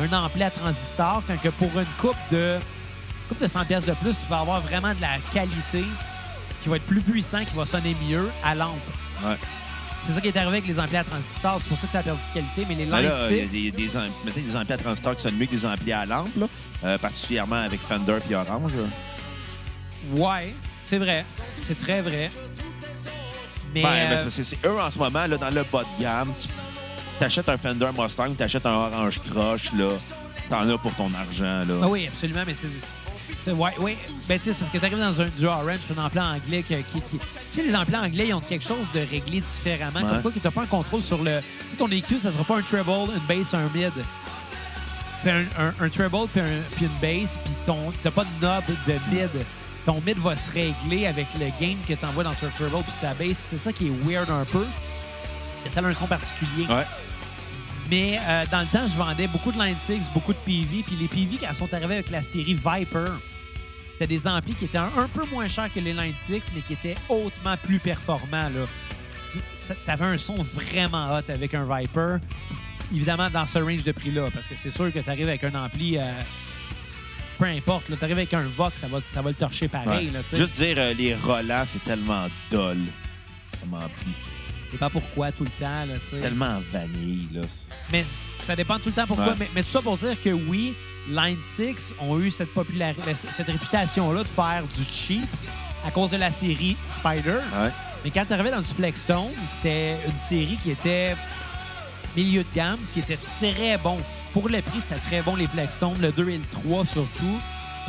Speaker 3: un ampli à transistor quand que pour une coupe de, coupe de 100 pièces de plus, tu vas avoir vraiment de la qualité qui va être plus puissant, qui va sonner mieux à lampe.
Speaker 1: Ouais.
Speaker 3: C'est ça qui est arrivé avec les amplis à transistor. C'est pour ça que ça a perdu de qualité. Mais les
Speaker 1: Ben
Speaker 3: Line
Speaker 1: là, il y a
Speaker 3: 6...
Speaker 1: des, il y a des, am- mettez des amplis à transistor qui sonnent mieux que des amplis à lampe, là, euh, particulièrement avec Fender puis Orange. là.
Speaker 3: Ouais, c'est vrai. C'est très vrai. Mais
Speaker 1: Ben, ben,
Speaker 3: euh,
Speaker 1: c'est parce que c'est eux en ce moment, là, dans le bas de gamme, tu t'achètes un Fender Mustang, t'achètes un Orange Crush, là, t'en as pour ton argent, là.
Speaker 3: ah oui, absolument, mais c'est. c'est- c'est- Ouais, oui. Ben, tu sais, c'est parce que t'arrives dans un du orange, un emploi anglais qui. qui- qui- Tu sais, les emplois anglais, ils ont quelque chose de réglé différemment.
Speaker 1: Ouais.
Speaker 3: Comme quoi, que t'as pas un contrôle sur le. Tu sais, ton EQ, ça sera pas un treble, une bass, un mid. C'est un, un, un treble puis, un- puis une bass, puis ton. T'as pas de knob de mid. Ton mid va se régler avec le gain que t'envoies dans ton treble puis ta bass. puis c'est ça qui est weird un peu. Mais ça a un son particulier.
Speaker 1: Ouais.
Speaker 3: Mais euh, dans le temps, je vendais beaucoup de Line 6, beaucoup de PV. Puis les PV, quand elles sont arrivées avec la série Viper, c'était des amplis qui étaient un, un peu moins chers que les Line 6, mais qui étaient hautement plus performants. là. C'est- ça- T'avais un son vraiment hot avec un Viper. Évidemment, dans ce range de prix-là, parce que c'est sûr que t'arrives avec un ampli, euh, peu importe, là, t'arrives avec un Vox, ça va, ça va le torcher pareil.
Speaker 1: Ouais.
Speaker 3: là, tu sais.
Speaker 1: Juste dire euh, les Roland, c'est tellement dol. Tellement, pli-
Speaker 3: Je sais pas pourquoi tout le temps. Là, tu sais.
Speaker 1: tellement vanille, là.
Speaker 3: Mais c- ça dépend tout le temps pourquoi.
Speaker 1: Ouais.
Speaker 3: Mais, mais tout ça pour dire que oui, Line 6 ont eu cette popularité, cette réputation-là de faire du cheap à cause de la série Spider.
Speaker 1: Ouais.
Speaker 3: Mais quand tu arrivais dans du Flexstone, c'était une série qui était milieu de gamme, qui était très bon. Pour le prix, c'était très bon, les Flexstone, le 2 et le 3 surtout.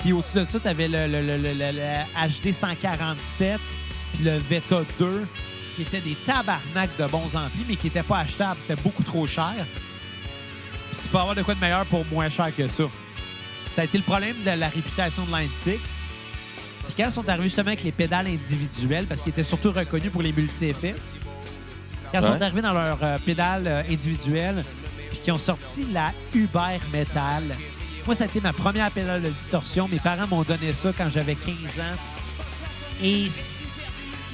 Speaker 3: Puis au-dessus de ça, tu avais le, le- le- le- le- le HD 147, puis le Veta 2, qui étaient des tabarnaks de bons amplis, mais qui n'étaient pas achetables. C'était beaucoup trop cher. Puis tu peux avoir de quoi de meilleur pour moins cher que ça. Ça a été le problème de la réputation de Line 6. Puis quand ils sont arrivés justement avec les pédales individuelles, parce qu'ils étaient surtout reconnus pour les multi-effets, quand ils
Speaker 1: Ouais.
Speaker 3: sont arrivés dans leurs euh, pédales euh, individuelles, puis qu'ils ont sorti la Uber Metal. Moi, ça a été ma première pédale de distorsion. Mes parents m'ont donné ça quand j'avais 15 ans. Et c-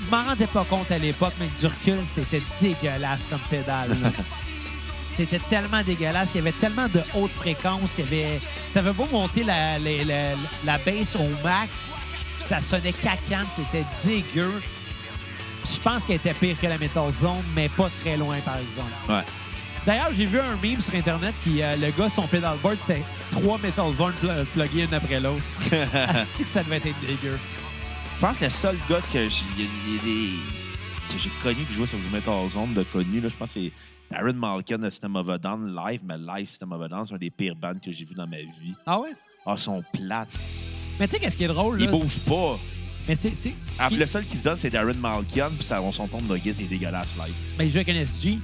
Speaker 3: je m'en rendais pas compte à l'époque, mais avec du recul, c'était dégueulasse comme pédale. là. C'était tellement dégueulasse. Il y avait tellement de hautes fréquences. Il y avait... T'avais beau monter la, la, la, la bass au max, ça sonnait cacane. C'était dégueu. Je pense qu'elle était pire que la Metal Zone, mais pas très loin, par exemple.
Speaker 1: Ouais.
Speaker 3: D'ailleurs, j'ai vu un meme sur Internet qui, euh, le gars, son pedalboard, c'était trois Metal Zone pl- pluggées une
Speaker 1: [laughs]
Speaker 3: après l'autre. Asti que ça devait être dégueu.
Speaker 1: Je pense que le seul gars que j'ai il y a- il y a des- que j'ai connu qui jouait sur du Metal Zone de connu, là, je pense que c'est Aaron Malkin de System of a Down live, mais live System of a Down, c'est un des pires bands que j'ai vu dans ma vie.
Speaker 3: Ah ouais?
Speaker 1: Ah, ils sont plates.
Speaker 3: Mais tu sais, qu'est-ce qui est drôle, là?
Speaker 1: Ils bougent pas.
Speaker 3: Mais c'est. c'est- ce
Speaker 1: Ah,
Speaker 3: qui-
Speaker 1: le seul qui se donne, c'est Darren Malkian, puis ça, on s'entend de Nugget est dégueulasse live.
Speaker 3: Ben, il joue avec un SG.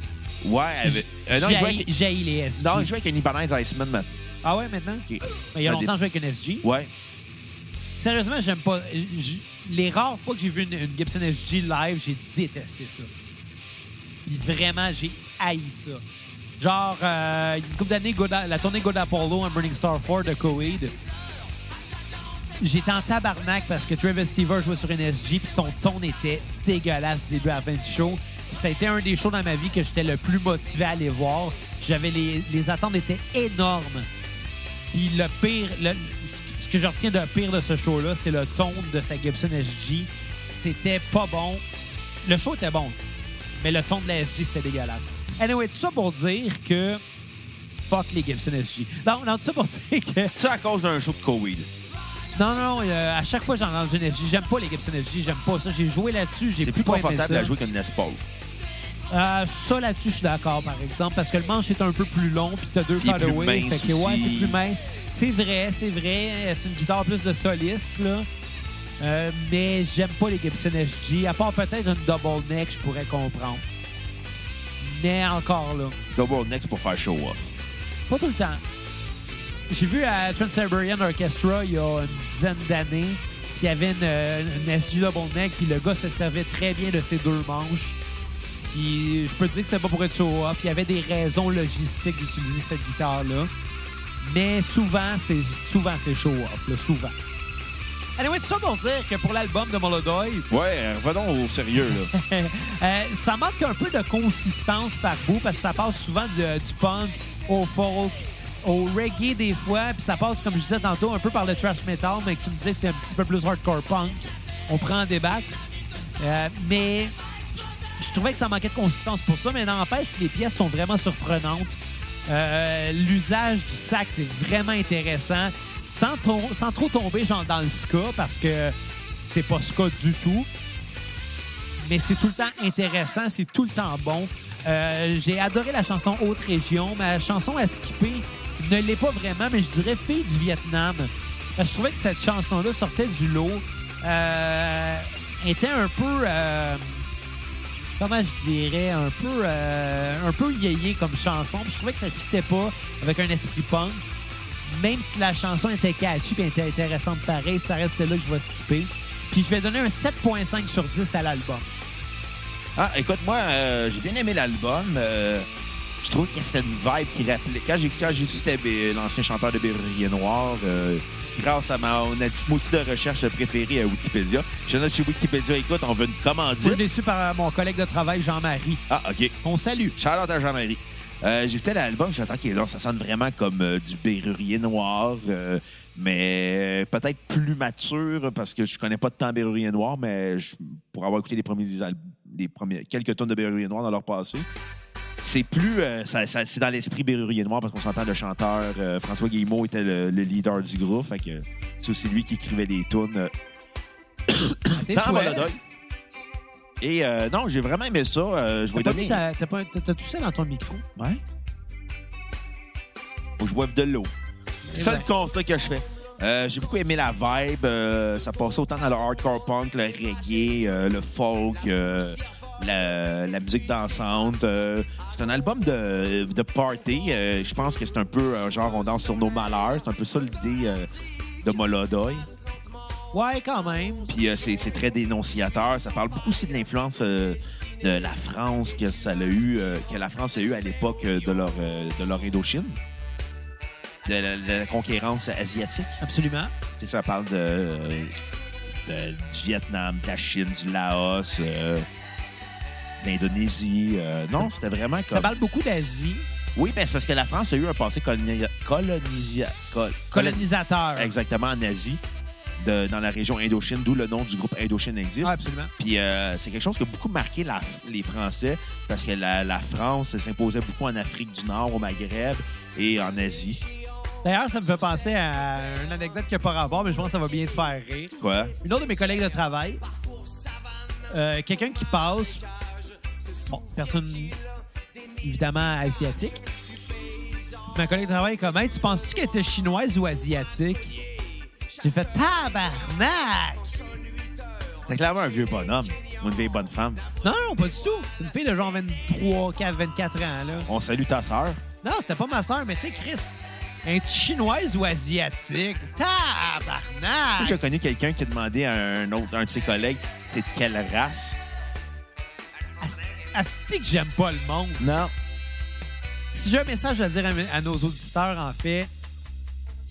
Speaker 1: Ouais, avec- euh, non, il jouait avec,
Speaker 3: J'ai les SG.
Speaker 1: non, il jouait avec un Ibanez Iceman maintenant.
Speaker 3: Ah ouais, maintenant?
Speaker 1: Ok.
Speaker 3: Ben, il y a longtemps, je jouais avec un SG.
Speaker 1: Ouais.
Speaker 3: Sérieusement, j'aime pas. j- Les rares fois que j'ai vu une, une Gibson SG live, j'ai détesté ça. Puis vraiment, j'ai haï ça. Genre, euh, une couple d'années, Goda- la tournée God Apollo en Burning Star 4 de Coheed, j'étais en tabarnak parce que Travis Stever jouait sur une SG puis son ton était dégueulasse du début à la fin du show. Ça a été un des shows dans ma vie que j'étais le plus motivé à aller voir. J'avais les, les attentes étaient énormes. Puis le pire, le- ce que je retiens de pire de ce show-là, c'est le ton de sa Gibson SG. C'était pas bon. Le show était bon, mais le ton de la SG, c'était dégueulasse. Anyway, tout ça pour dire que. Fuck les Gibson SG. Non, non, tout ça pour [laughs] dire que.
Speaker 1: C'est à cause d'un show de Covid.
Speaker 3: Non, non, non, euh, à chaque fois j'en rentre une SG. J'aime pas les Gibson SG, j'aime pas ça. J'ai joué là-dessus, j'ai
Speaker 1: C'est plus
Speaker 3: pas aimé
Speaker 1: confortable
Speaker 3: ça.
Speaker 1: à jouer qu'une Nespole.
Speaker 3: Euh, ça, là-dessus, je suis d'accord, par exemple, parce que le manche est un peu plus long, puis t'as deux
Speaker 1: Il est plus
Speaker 3: fadeaways.
Speaker 1: mince
Speaker 3: Fait que, ouais,
Speaker 1: aussi.
Speaker 3: c'est plus mince. C'est vrai, c'est vrai. euh, C'est une guitare plus de soliste, là. Euh, mais j'aime pas les Gibson SG, à part peut-être une double neck, je pourrais comprendre. Mais encore là,
Speaker 1: Double next pour faire show off.
Speaker 3: pas tout le temps. J'ai vu à Trans-Siberian Orchestra il y a une dizaine d'années qu'il y avait une, euh, une SG double neck, puis le gars se servait très bien de ses deux manches. Puis je peux te dire que c'était pas pour être show off. Il y avait des raisons logistiques d'utiliser cette guitare-là. Mais souvent, c'est souvent c'est show off, là, souvent. Allez, oui, tout ça pour dire que pour l'album de Molodoy,
Speaker 1: Ouais, euh, revenons au sérieux, là.
Speaker 3: euh, ça manque un peu de consistance par bout parce que ça passe souvent de- du punk au folk, au reggae des fois, puis ça passe, comme je disais tantôt, un peu par le thrash metal, mais que tu me disais que c'est un petit peu plus hardcore punk. On prend en débattre. Euh, mais je trouvais que ça manquait de consistance pour ça, mais n'empêche que les pièces sont vraiment surprenantes. Euh, L'usage du sax est vraiment intéressant, sans, to- sans trop tomber genre dans le ska, parce que c'est pas ska du tout mais c'est tout le temps intéressant, c'est tout le temps bon. Euh, J'ai adoré la chanson Haute Région. Ma chanson à skipper ne l'est pas vraiment, mais je dirais Fille du Vietnam. Euh, je trouvais que cette chanson-là sortait du lot. Euh, était un peu. euh, comment je dirais Un peu. euh, un peu yéyé comme chanson. Puis Je trouvais que ça ne fitait pas avec un esprit punk. Même si la chanson était catchy et était intéressante pareil, ça reste celle-là que je vais skipper. Puis je vais donner un 7.5 sur 10 à l'album.
Speaker 1: Ah, écoute, moi, euh, j'ai bien aimé l'album. Euh, je trouve que c'était une vibe qui rappelait. Quand j'ai, quand j'ai su que c'était Bé- l'ancien chanteur de Berrurier Noir, euh, grâce à ma, mon outil de recherche préféré à Wikipédia, je note chez Wikipédia, écoute, on veut une
Speaker 3: Je suis
Speaker 1: commandite.
Speaker 3: déçu par euh, mon collègue de travail, Jean-Marie.
Speaker 1: Ah, OK.
Speaker 3: On salue.
Speaker 1: Charlotte à Jean-Marie. Euh, j'ai écouté l'album, j'entends qu'il est long. Ça sonne vraiment comme euh, du Berrurier Noir, euh, mais peut-être plus mature, parce que je connais pas tant Berrurier Noir, mais je- pour avoir écouté les premiers, al- les premiers quelques tonnes de Berrurier Noir dans leur passé, c'est plus. euh, ça- ça- c'est dans l'esprit Berrurier Noir, parce qu'on s'entend le chanteur euh, François Guillemot était le, le leader du groupe. Fait que c'est aussi lui qui écrivait les tunes euh,
Speaker 3: Tes
Speaker 1: dans
Speaker 3: souhaits.
Speaker 1: Molodeuil. Et euh, non, j'ai vraiment aimé ça. euh, je vais
Speaker 3: T'as pas mis
Speaker 1: donner.
Speaker 3: ta- T'as pas- t'as- t'as toussé dans ton micro.
Speaker 1: Ouais. Faut que je boive de l'eau. C'est ça le
Speaker 3: ben.
Speaker 1: constat que je fais. Euh, j'ai beaucoup aimé la vibe. euh, ça passait autant dans le hardcore punk, le reggae, euh, le folk, euh, la, la musique dansante. euh, c'est un album de, de party. euh, je pense que c'est un peu euh, genre on danse sur nos malheurs. C'est un peu ça l'idée euh, de Molodoy.
Speaker 3: Ouais, quand même.
Speaker 1: Puis euh, c'est c'est très dénonciateur. Ça parle beaucoup aussi de l'influence euh, de la France que ça l'a eu, euh, que la France a eu à l'époque euh, de leur euh, de leur Indochine, de la, de la conquérance asiatique.
Speaker 3: Absolument.
Speaker 1: Tu sais, ça parle de, euh, de- du Vietnam, de la Chine, du Laos, euh, de l'Indonésie. Euh, non, c'était vraiment
Speaker 3: Ça
Speaker 1: comme.
Speaker 3: parle beaucoup d'Asie.
Speaker 1: Oui, ben c'est parce que la France a eu un passé colonia... colonisia... col-
Speaker 3: Colonisateur.
Speaker 1: Exactement, en Asie, de- dans la région Indochine, d'où le nom du groupe Indochine existe.
Speaker 3: Ouais, Ah, absolument.
Speaker 1: Puis euh, c'est quelque chose qui a beaucoup marqué la- les Français parce que la, la France elle s'imposait beaucoup en Afrique du Nord, au Maghreb et en Asie.
Speaker 3: D'ailleurs, ça me fait penser à une anecdote qui n'a pas rapport, mais je pense que ça va bien te faire rire.
Speaker 1: Quoi?
Speaker 3: Une autre de mes collègues de travail, euh, quelqu'un qui passe, bon, personne évidemment asiatique. Ma collègue de travail est comme, Hey, tu penses-tu qu'elle était chinoise ou asiatique? J'ai fait tabarnak!
Speaker 1: C'est clairement un vieux bonhomme ou une vieille bonne femme.
Speaker 3: Non, non, pas du tout. C'est une fille de genre 23, 4, 24 ans, là.
Speaker 1: On salue ta sœur.
Speaker 3: Non, c'était pas ma sœur, mais tu sais, Chris, es-tu chinoise ou asiatique?
Speaker 1: Moi, J'ai
Speaker 3: Tabarnak!
Speaker 1: connu quelqu'un qui a demandé à un autre, un de ses collègues, t'es de quelle race?
Speaker 3: Asti- Asti que j'aime pas le monde.
Speaker 1: Non.
Speaker 3: Si j'ai un message à dire à, mes- à nos auditeurs, en fait,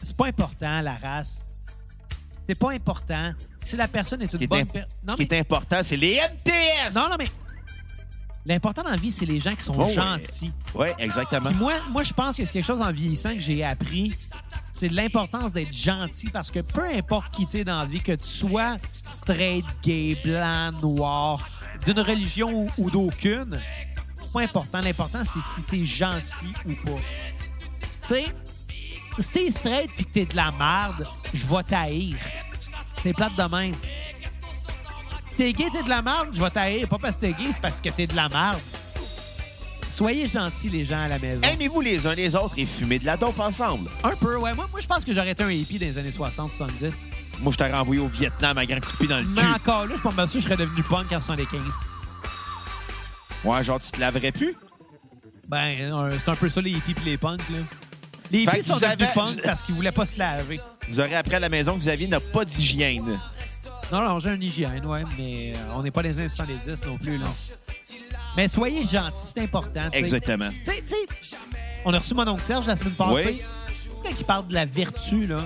Speaker 3: c'est pas important, la race. C'est pas important. Si la personne est une
Speaker 1: Ce qui, est,
Speaker 3: bonne
Speaker 1: imp-
Speaker 3: personne.
Speaker 1: ce
Speaker 3: Non,
Speaker 1: qui
Speaker 3: mais...
Speaker 1: est important, c'est les MTS!
Speaker 3: non, non, mais. L'important dans la vie, c'est les gens qui sont
Speaker 1: Oh, ouais.
Speaker 3: gentils.
Speaker 1: Oui, exactement.
Speaker 3: Puis moi, moi, je pense que c'est quelque chose en vieillissant que j'ai appris. C'est l'importance d'être gentil parce que peu importe qui t'es dans la vie, que tu sois straight, gay, blanc, noir, d'une religion ou, ou d'aucune, pas important. L'important, c'est si t'es gentil ou pas. Tu sais, si t'es straight puis que t'es de la merde, je vais t'haïr. T'es plate de même. T'es gay, t'es de la merde, je vais t'haïr. Pas parce que t'es gay, c'est parce que t'es de la merde. Soyez gentils, les gens à la maison.
Speaker 1: Aimez-vous les uns les autres et fumez de la dope ensemble.
Speaker 3: Un peu, ouais. Moi, moi je pense que j'aurais été un hippie dans les années 60, 70.
Speaker 1: Moi, je t'ai renvoyé au Vietnam à grand coupé dans le
Speaker 3: Mais
Speaker 1: cul.
Speaker 3: encore là, je suis pas mal sûr que je serais devenu punk en 75.
Speaker 1: Ouais, genre, tu te laverais plus?
Speaker 3: Ben, euh, c'est un peu ça, les hippies pis les punks, là. Les
Speaker 1: Fait
Speaker 3: hippies
Speaker 1: que
Speaker 3: sont
Speaker 1: vous
Speaker 3: devenus
Speaker 1: avez-
Speaker 3: punks parce qu'ils voulaient pas se laver.
Speaker 1: Vous aurez appris à la maison que Xavier n'a pas d'hygiène.
Speaker 3: Non, non, j'ai un hygiène, ouais, mais euh, on n'est pas les années 70 non plus, là. Mais soyez gentils, c'est important. tu sais.
Speaker 1: Exactement.
Speaker 3: Tu sais, tu sais, on a reçu mon oncle Serge la semaine passée.
Speaker 1: Oui.
Speaker 3: Quand il parle de la vertu, là.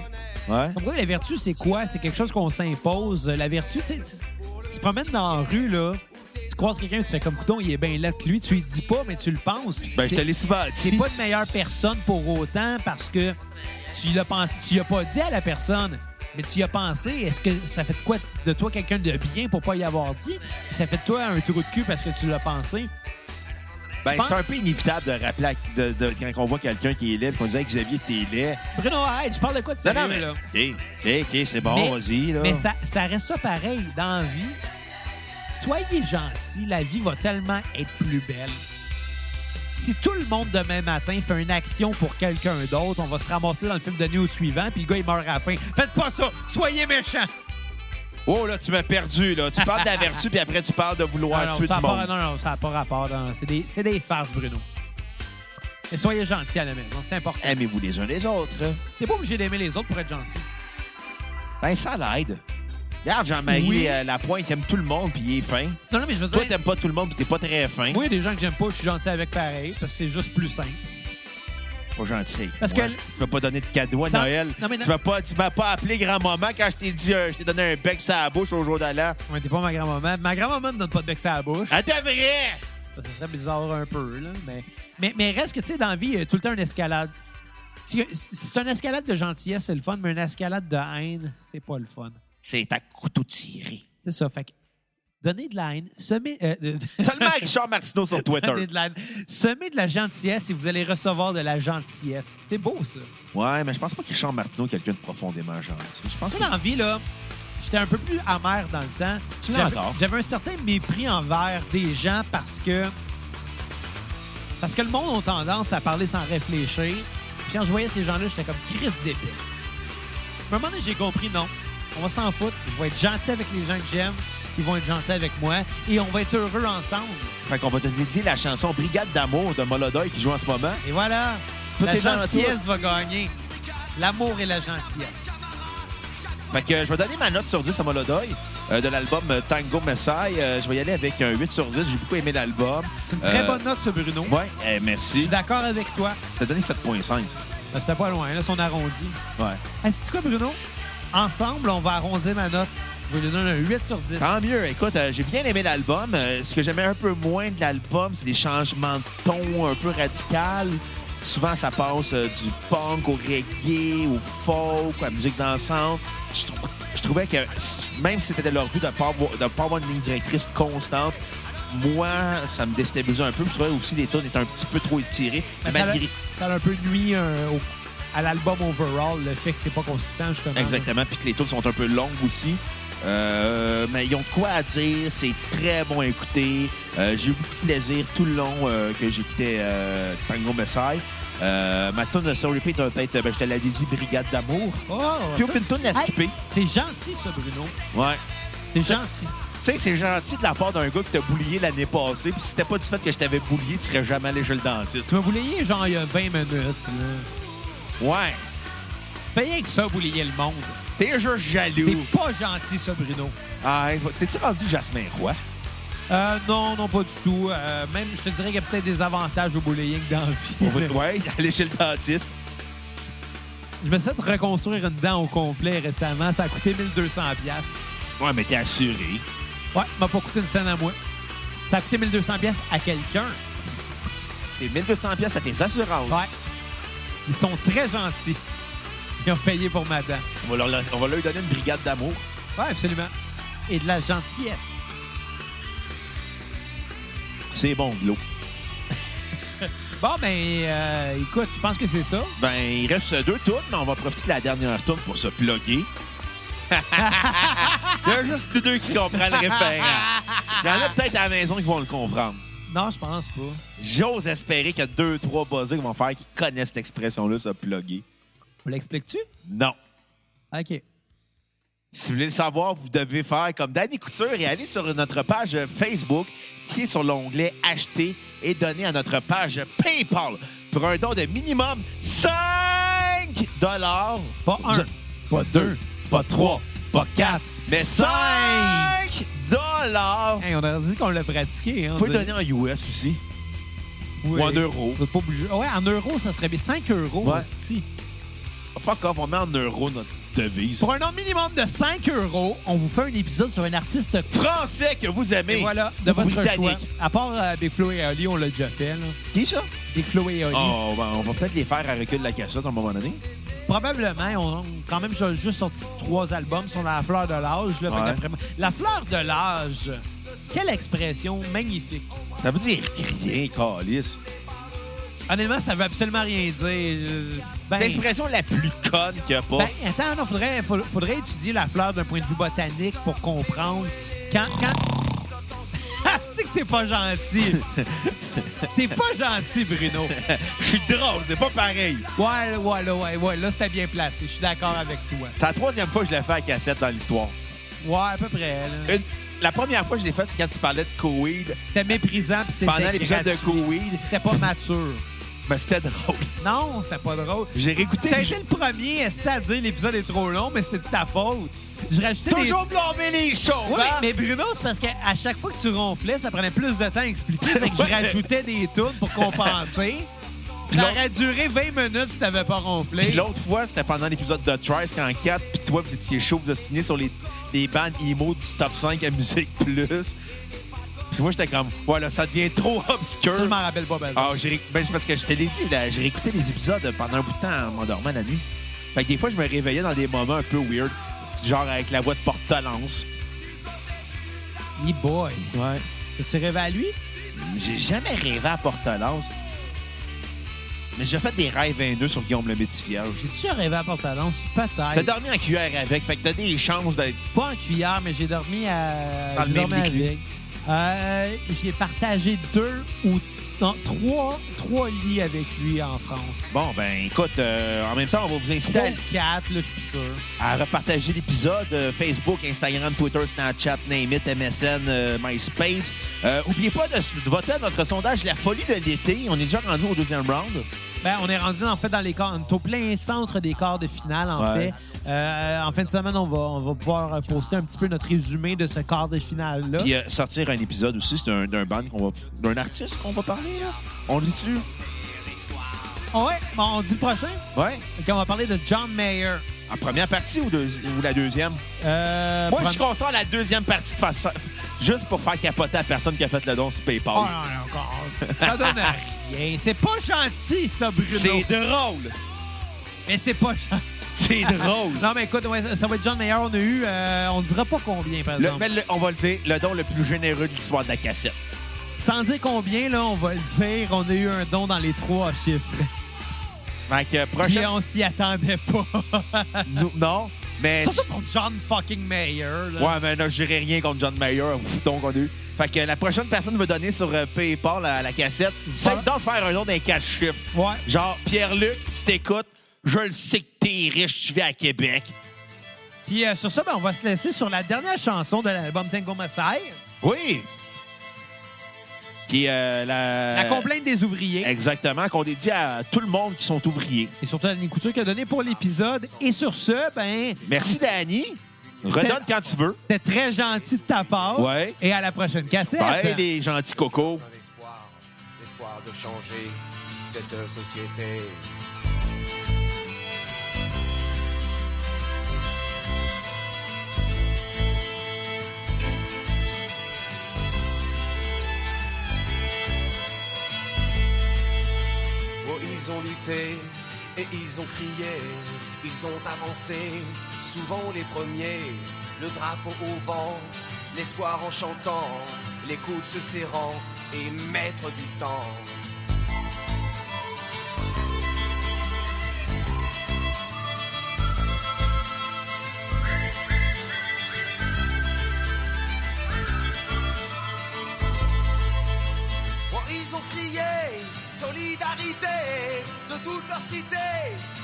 Speaker 1: Ouais.
Speaker 3: Comme quoi, la vertu, c'est quoi? C'est quelque chose qu'on s'impose. La vertu, tu sais, tu- tu te promènes dans la rue, là, tu croises quelqu'un, tu fais comme couton, il est bien là que lui, tu lui dis pas, mais tu le penses.
Speaker 1: Ben, je te l'ai souvent
Speaker 3: T'es
Speaker 1: dit.
Speaker 3: pas une meilleure personne pour autant parce que tu l'as pensé, tu y as pas dit à la personne, mais tu y as pensé. Est-ce que ça fait de quoi de toi quelqu'un de bien pour pas y avoir dit? Ou Ça fait de toi un trou de cul parce que tu l'as pensé.
Speaker 1: Ben,
Speaker 3: pense-
Speaker 1: c'est un peu inévitable de rappeler à- de, de- quand on voit quelqu'un qui est laid et qu'on dit Hey, Xavier, t'es laid.
Speaker 3: Bruno, hey, je parle de quoi de
Speaker 1: Non,
Speaker 3: sérieux,
Speaker 1: non, mais.
Speaker 3: là?
Speaker 1: OK, OK, OK, c'est bon,
Speaker 3: Mais-
Speaker 1: vas-y. là.
Speaker 3: Mais ça, ça reste ça pareil dans la vie. Soyez gentils, la vie va tellement être plus belle. Si tout le monde demain matin fait une action pour quelqu'un d'autre, on va se ramasser dans le film de nuit au suivant, puis le gars, il meurt à la fin. Faites pas ça! Soyez méchants!
Speaker 1: Oh, là, tu m'as perdu, là. Tu parles de la vertu, puis après, tu parles de vouloir
Speaker 3: non, non,
Speaker 1: tuer
Speaker 3: ça
Speaker 1: du
Speaker 3: a pas-
Speaker 1: monde.
Speaker 3: non, non, ça n'a pas rapport. non, C'est des, c'est des farces, Bruno. Mais soyez gentils à la maison, c'est important.
Speaker 1: Aimez-vous les uns les autres.
Speaker 3: T'es pas obligé d'aimer les autres pour être gentil.
Speaker 1: Ben, ça l'aide. Regarde, Jean-Marie
Speaker 3: Oui.
Speaker 1: euh, Lapointe, il aime tout le monde, puis il est fin.
Speaker 3: Non, non, mais je veux
Speaker 1: Toi,
Speaker 3: dire,
Speaker 1: t'aimes pas tout le monde, puis t'es pas très fin.
Speaker 3: moi, il y a des gens que j'aime pas, je suis gentil avec pareil, parce que c'est juste plus simple.
Speaker 1: Pas gentil.
Speaker 3: Parce
Speaker 1: Ouais.
Speaker 3: que-
Speaker 1: Tu m'as pas donné de cadeau à
Speaker 3: Non,
Speaker 1: Noël.
Speaker 3: non, mais non.
Speaker 1: Tu m'as pas, tu m'as pas appelé grand-maman quand je t'ai dit, euh, je t'ai donné un bec sur la bouche au jour d'Allah.
Speaker 3: Ouais, t'es pas ma grand-maman. Ma grand-maman ne donne pas de bec à la bouche.
Speaker 1: Elle devrait!
Speaker 3: Ça serait bizarre un peu, là. Mais, mais, mais reste que, tu sais, dans la vie, il y a tout le temps une escalade. Si- si C'est une escalade de gentillesse, c'est le fun, mais une escalade de haine, c'est pas le fun.
Speaker 1: C'est à couteau tiré.
Speaker 3: C'est ça. Fait que, donner de la haine, semer. euh, de- [laughs]
Speaker 1: Seulement Richard Martineau sur
Speaker 3: donner
Speaker 1: Twitter.
Speaker 3: de la haine. Semer de la gentillesse et vous allez recevoir de la gentillesse. C'est beau, ça.
Speaker 1: Ouais, mais je pense pas que Richard Martineau est quelqu'un de profondément gentil. Je pense
Speaker 3: Moi,
Speaker 1: que
Speaker 3: dans la vie, là, j'étais un peu plus amer dans le temps.
Speaker 1: Tu l'as
Speaker 3: J'avais-
Speaker 1: encore.
Speaker 3: J'avais un certain mépris envers des gens parce que. Parce que le monde a tendance à parler sans réfléchir. Puis quand je voyais ces gens-là, j'étais comme Chris d'épée. À un moment donné, j'ai compris, non. On va s'en foutre. Je vais être gentil avec les gens que j'aime. Ils vont être gentils avec moi. Et on va être heureux ensemble.
Speaker 1: Fait qu'on va te dédier la chanson Brigade d'amour de Molodoy qui joue en ce moment.
Speaker 3: Et voilà.
Speaker 1: Tout
Speaker 3: la
Speaker 1: est dans la
Speaker 3: gentillesse va gagner. L'amour et la gentillesse.
Speaker 1: Fait que euh, je vais donner ma note sur 10 à Molodoy euh, de l'album euh, Tango Messiah. Euh, je vais y aller avec un 8 sur 10. J'ai beaucoup aimé l'album.
Speaker 3: C'est une très
Speaker 1: Euh,
Speaker 3: bonne note, ce Bruno.
Speaker 1: Ouais, eh,
Speaker 3: Je
Speaker 1: merci.
Speaker 3: suis d'accord avec toi.
Speaker 1: Je t'ai donné 7.5.
Speaker 3: Ben, C'était pas loin, là, son arrondi.
Speaker 1: Ouais.
Speaker 3: Ah, c'est quoi, Bruno? Ensemble, on va arrondir ma note. Je vais lui donner un 8 sur 10.
Speaker 1: Tant mieux. Écoute, euh, j'ai bien aimé l'album. Euh, ce que j'aimais un peu moins de l'album, c'est les changements de ton un peu radical. Souvent, ça passe euh, du punk au reggae, au folk, à la musique dansante. Je, trou- je trouvais que si- même si c'était leur but de ne pas, avoir- de pas avoir une ligne directrice constante, moi, ça me déstabilisait un peu. Je trouvais aussi les tunes étaient un petit peu trop étirées.
Speaker 3: Ben, ça,
Speaker 1: Malgré-
Speaker 3: a- ça a un peu nuit euh, au- à l'album overall, le fait que c'est pas consistant, justement.
Speaker 1: Exactement. Puis que les tunes sont un peu longues aussi. Euh, mais ils ont de quoi à dire. C'est très bon à écouter. Euh, j'ai eu beaucoup de plaisir tout le long euh, que j'écoutais euh, Tango Messiah. Euh, ma tune de Soul Repeat va être, ben, je te l'avais dit, Brigade d'amour.
Speaker 3: Oh,
Speaker 1: Puis
Speaker 3: ça-
Speaker 1: aucune tune à
Speaker 3: Hey,
Speaker 1: skipper.
Speaker 3: c'est gentil, ça, Bruno.
Speaker 1: Ouais.
Speaker 3: C'est gentil.
Speaker 1: Tu sais, c'est gentil de la part d'un gars qui t'a boulié l'année passée. Puis si c'était pas du fait que je t'avais boulié, tu serais jamais allé chez le dentiste.
Speaker 3: Tu m'as boulayé, genre, il y a 20 minutes. Là.
Speaker 1: Ouais.
Speaker 3: Fait rien que ça, boulier le monde.
Speaker 1: T'es juste
Speaker 3: C'est
Speaker 1: jaloux.
Speaker 3: pas gentil, ça, Bruno.
Speaker 1: Ah, T'es-tu rendu Jasmin Roy?
Speaker 3: Euh, non, non, pas du tout. Euh, même, je te dirais qu'il y a peut-être des avantages au bullying dans la vie.
Speaker 1: On
Speaker 3: [laughs]
Speaker 1: va- Ouais, aller chez le dentiste.
Speaker 3: Je me suis fait reconstruire une dent au complet récemment. Ça a coûté 1200 pièces.
Speaker 1: Ouais, mais t'es assuré.
Speaker 3: Ouais, m'a pas coûté une scène à moi. Ça a coûté 1200 pièces à quelqu'un.
Speaker 1: T'es 1200 pièces à tes assurances.
Speaker 3: Ouais. Ils sont très gentils. Ils ont payé pour ma dent.
Speaker 1: On va, leur, on va leur donner une brigade d'amour.
Speaker 3: Ouais, absolument. Et de la gentillesse.
Speaker 1: C'est bon, de l'eau.
Speaker 3: Bon, ben, euh, écoute, je pense que c'est ça.
Speaker 1: Ben, il reste deux tours, mais on va profiter de la dernière tourne pour se plugger. [laughs] il y a juste nous deux qui comprennent le référent. Il y en a peut-être à la maison qui vont le comprendre.
Speaker 3: Non, je pense pas.
Speaker 1: J'ose espérer qu'il y a deux, trois buzzers qui vont faire qui connaissent cette expression-là, se plugger.
Speaker 3: On l'explique-tu?
Speaker 1: Non.
Speaker 3: OK.
Speaker 1: Si vous voulez le savoir, vous devez faire comme Danny Couture et aller sur notre page Facebook, cliquez sur l'onglet Acheter et donner à notre page PayPal pour un don de minimum 5 dollars.
Speaker 3: Pas un, pas deux, pas trois, pas quatre,
Speaker 1: Mais 5 dollars.
Speaker 3: Hey, on a dit qu'on l'a pratiqué. Hein,
Speaker 1: Vous pouvez donner en US aussi. ou en euros.
Speaker 3: Pas obligé. Ouais, en euros, ça serait bien. 5 euros,
Speaker 1: Ouais.
Speaker 3: hostie.
Speaker 1: Fuck off, on met en euros notre devise.
Speaker 3: Pour un nombre minimum de 5 euros, on vous fait un épisode sur un artiste
Speaker 1: Français que vous aimez.
Speaker 3: Et voilà, de votre choix.
Speaker 1: Britannique.
Speaker 3: À part euh, Big Flo et Oli, on l'a déjà fait. Là.
Speaker 1: Qui ça?
Speaker 3: Big Flo et Oli.
Speaker 1: Oh, ben, on va peut-être les faire à recul de la cassette à un moment donné.
Speaker 3: Probablement, on a quand même juste sorti trois albums sur la fleur de l'âge. là, fait
Speaker 1: Ouais.
Speaker 3: qu'après- La fleur de l'âge, quelle expression magnifique.
Speaker 1: Ça veut dire rien, calice.
Speaker 3: Honnêtement, ça veut absolument rien dire. Je- Ben,
Speaker 1: L'expression la plus conne qu'il n'y a pas.
Speaker 3: ben, attends, non, faudrait, faut- faudrait étudier la fleur d'un point de vue botanique pour comprendre. Quand. quand... Ah, [laughs] c'est que t'es
Speaker 1: [laughs]
Speaker 3: pas gentil. t'es pas gentil, Bruno.
Speaker 1: [laughs] Je suis drôle, c'est pas pareil.
Speaker 3: Ouais, ouais, là, ouais, ouais. Là, c'était bien placé. Je suis d'accord avec toi.
Speaker 1: C'est la troisième fois que je l'ai fait à cassette dans l'histoire.
Speaker 3: Ouais, à peu près. là.
Speaker 1: Une- La première fois que je l'ai fait, c'est quand tu parlais de Coweed.
Speaker 3: C'était méprisant, puis c'était
Speaker 1: Pendant l'épisode de
Speaker 3: gratuit.
Speaker 1: Coweed,
Speaker 3: C'était pas mature.
Speaker 1: ben, c'était drôle.
Speaker 3: Non, c'était pas drôle.
Speaker 1: J'ai réécouté.
Speaker 3: T'as été le premier esti, à dire l'épisode est trop long, mais c'est de ta faute. Je rajoutais des...
Speaker 1: Toujours blâmer les choses,
Speaker 3: Oui,
Speaker 1: hein?
Speaker 3: mais Bruno, c'est parce qu'à chaque fois que tu ronflais, ça prenait plus de temps à expliquer. Fait que je
Speaker 1: [laughs] Ouais.
Speaker 3: rajoutais des tunes pour compenser. Ça
Speaker 1: l'autre-
Speaker 3: aurait duré 20 minutes si t'avais pas ronflé.
Speaker 1: Puis l'autre fois, c'était pendant l'épisode de Trice quand 4, puis toi, vous étiez chaud, vous avez signé sur les, les bandes emo du top 5 à Musique Plus. Puis moi, j'étais comme, voilà, ça devient trop [laughs]
Speaker 3: Je
Speaker 1: obscur.
Speaker 3: m'en rappelle pas, ben,
Speaker 1: Ah, j'ai ré- ben, c'est parce que je te l'ai dit, là, j'ai réécouté les épisodes pendant un bout de temps en m'endormant la nuit. Fait que des fois, je me réveillais dans des moments un peu weird, genre avec la voix de Portalance.
Speaker 3: Hey boy.
Speaker 1: Ouais.
Speaker 3: Tu rêvé à lui?
Speaker 1: J'ai jamais rêvé à Portalance. Mais j'ai fait des rêves 22 sur Guillaume le Métivier.
Speaker 3: J'ai déjà rêvé à Portalance,
Speaker 1: T'as
Speaker 3: peut-être.
Speaker 1: dormi en cuillère avec, fait que t'as des chances d'être
Speaker 3: Pas en cuillère, mais j'ai dormi à.
Speaker 1: Dans le
Speaker 3: j'ai
Speaker 1: même
Speaker 3: dormi
Speaker 1: lit que lui.
Speaker 3: avec. Euh, j'ai partagé deux ou non, trois, trois lits avec lui en France.
Speaker 1: Bon, ben écoute, euh, en même temps, on va vous inciter
Speaker 3: Trois
Speaker 1: à,
Speaker 3: ou quatre, là, je suis plus sûr.
Speaker 1: à repartager l'épisode euh, Facebook, Instagram, Twitter, Snapchat, Name it, MSN, euh, MySpace. Euh, oubliez pas de, de voter à notre sondage La folie de l'été. On est déjà rendu au deuxième round.
Speaker 3: Ben, on est rendu en fait dans les quarts, on est au plein centre des quarts de finale en
Speaker 1: Ouais.
Speaker 3: fait. Euh, en fin de semaine, on va, on va pouvoir euh, poster un petit peu notre résumé de ce quart de finale là.
Speaker 1: Puis euh, sortir un épisode aussi, c'est un- d'un band qu'on va. d'un artiste qu'on va parler, là. On le dit-tu?
Speaker 3: Oh, Ouais, bon, on dit le prochain.
Speaker 1: Ouais.
Speaker 3: Ok, on va parler de John Mayer.
Speaker 1: En première partie ou, deuxi- ou la deuxième?
Speaker 3: Euh,
Speaker 1: Moi, je
Speaker 3: prom-
Speaker 1: suis conscient à la deuxième partie de façon- juste pour faire capoter la personne qui a fait le don sur PayPal.
Speaker 3: Oh, non, non, encore. Ça donne à rien. C'est pas gentil, ça, Bruno.
Speaker 1: c'est drôle!
Speaker 3: Mais c'est pas gentil. [laughs]
Speaker 1: C'est drôle!
Speaker 3: Non, mais écoute, ouais, ça, ça va être John Mayer. On a eu, euh, on dira pas combien, par
Speaker 1: Le-
Speaker 3: exemple.
Speaker 1: mais le- on va le dire, le don le plus généreux de l'histoire de la cassette.
Speaker 3: Sans dire combien, là, on va le dire, on a eu un don dans les trois chiffres.
Speaker 1: Fait que
Speaker 3: Puis
Speaker 1: prochain.
Speaker 3: on s'y attendait pas. [laughs]
Speaker 1: nous- [laughs] non, mais.
Speaker 3: Surtout pour John fucking Mayer. Là.
Speaker 1: Ouais, mais non, je dirais rien contre John Mayer, au don qu'on a eu. Fait que la prochaine personne veut donner sur euh, PayPal à la cassette, c'est
Speaker 3: Ouais.
Speaker 1: d'en faire un don d'un quatre chiffres.
Speaker 3: Ouais.
Speaker 1: Genre, Pierre-Luc, si t'écoutes, je le sais que t'es riche, tu vis à Québec.
Speaker 3: Puis euh, sur ça, ben, on va se laisser sur la dernière chanson de l'album Tango Maasai,
Speaker 1: Oui! Qui euh, la.
Speaker 3: La complainte des ouvriers.
Speaker 1: Exactement, qu'on dédie à tout le monde qui sont ouvriers.
Speaker 3: Et surtout, Annie Couture qui a donné pour l'épisode. Et sur ce, ben,
Speaker 1: Merci, Danny. Redonne quand tu veux.
Speaker 3: c'était très gentil de ta part.
Speaker 1: Ouais.
Speaker 3: Et à la prochaine cassette.
Speaker 1: Bye, les gentils cocos.
Speaker 2: dans l'espoir, l'espoir de changer cette société. Oh, ils ont lutté et ils ont crié, ils ont avancé, souvent les premiers, le drapeau au vent, l'espoir en chantant, les coudes se serrant et maître du temps. leur cité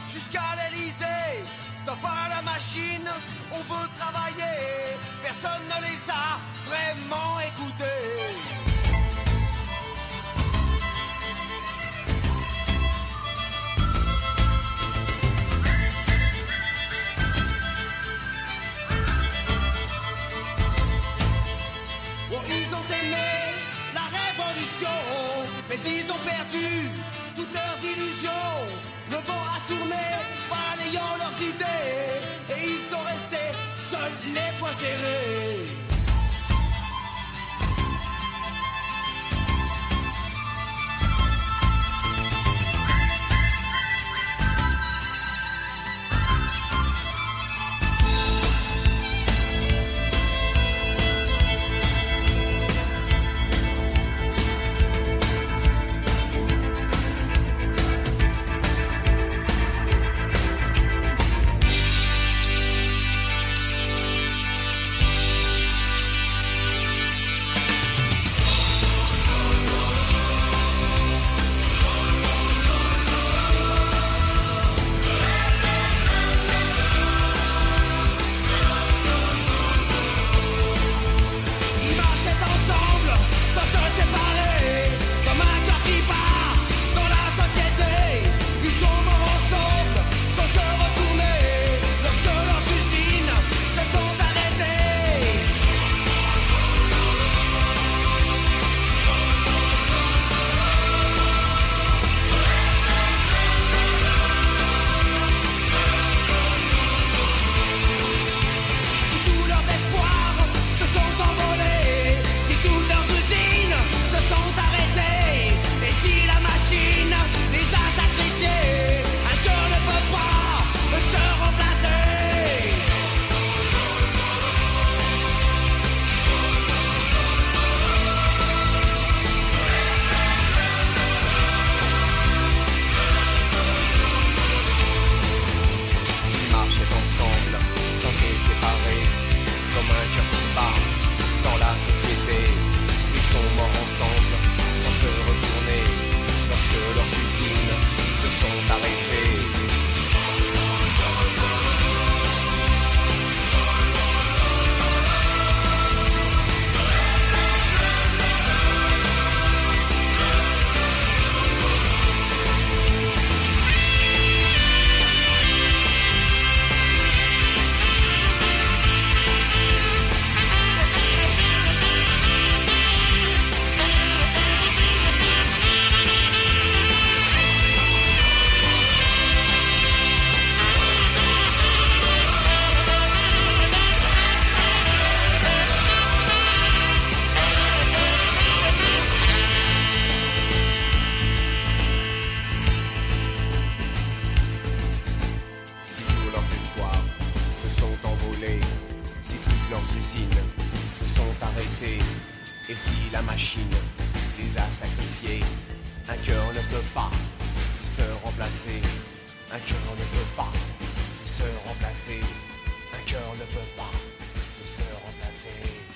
Speaker 2: jusqu'à l'Elysée. Stop à la machine, on veut travailler. Personne ne les a vraiment écoutés. Oh, ils ont aimé la révolution, mais ils ont perdu toutes leurs illusions. Le vent a tourné, balayant leurs idées, et ils sont restés seuls les poings serrés. Ils marchaient ensemble, sans se séparer, comme un cœur qui bat dans la société. Ils sont morts ensemble, sans se retourner, lorsque leurs usines se sont arrêtées. Si tous leurs espoirs se sont envolés, si toutes leurs usines se sont arrêtées, et si la machine les a sacrifiés, un cœur ne peut pas se remplacer. Ils marchaient ensemble, sans se séparer, comme un cœur qui bat dans la société. Ils sont morts ensemble, sans se retourner, lorsque leurs usines se sont arrêtées. Si tous leurs espoirs se sont envolés, si toutes leurs usines se sont arrêtées, et si la machine les a sacrifiés, un cœur ne peut pas se remplacer. Un cœur ne peut pas se remplacer. Un cœur ne peut pas se remplacer.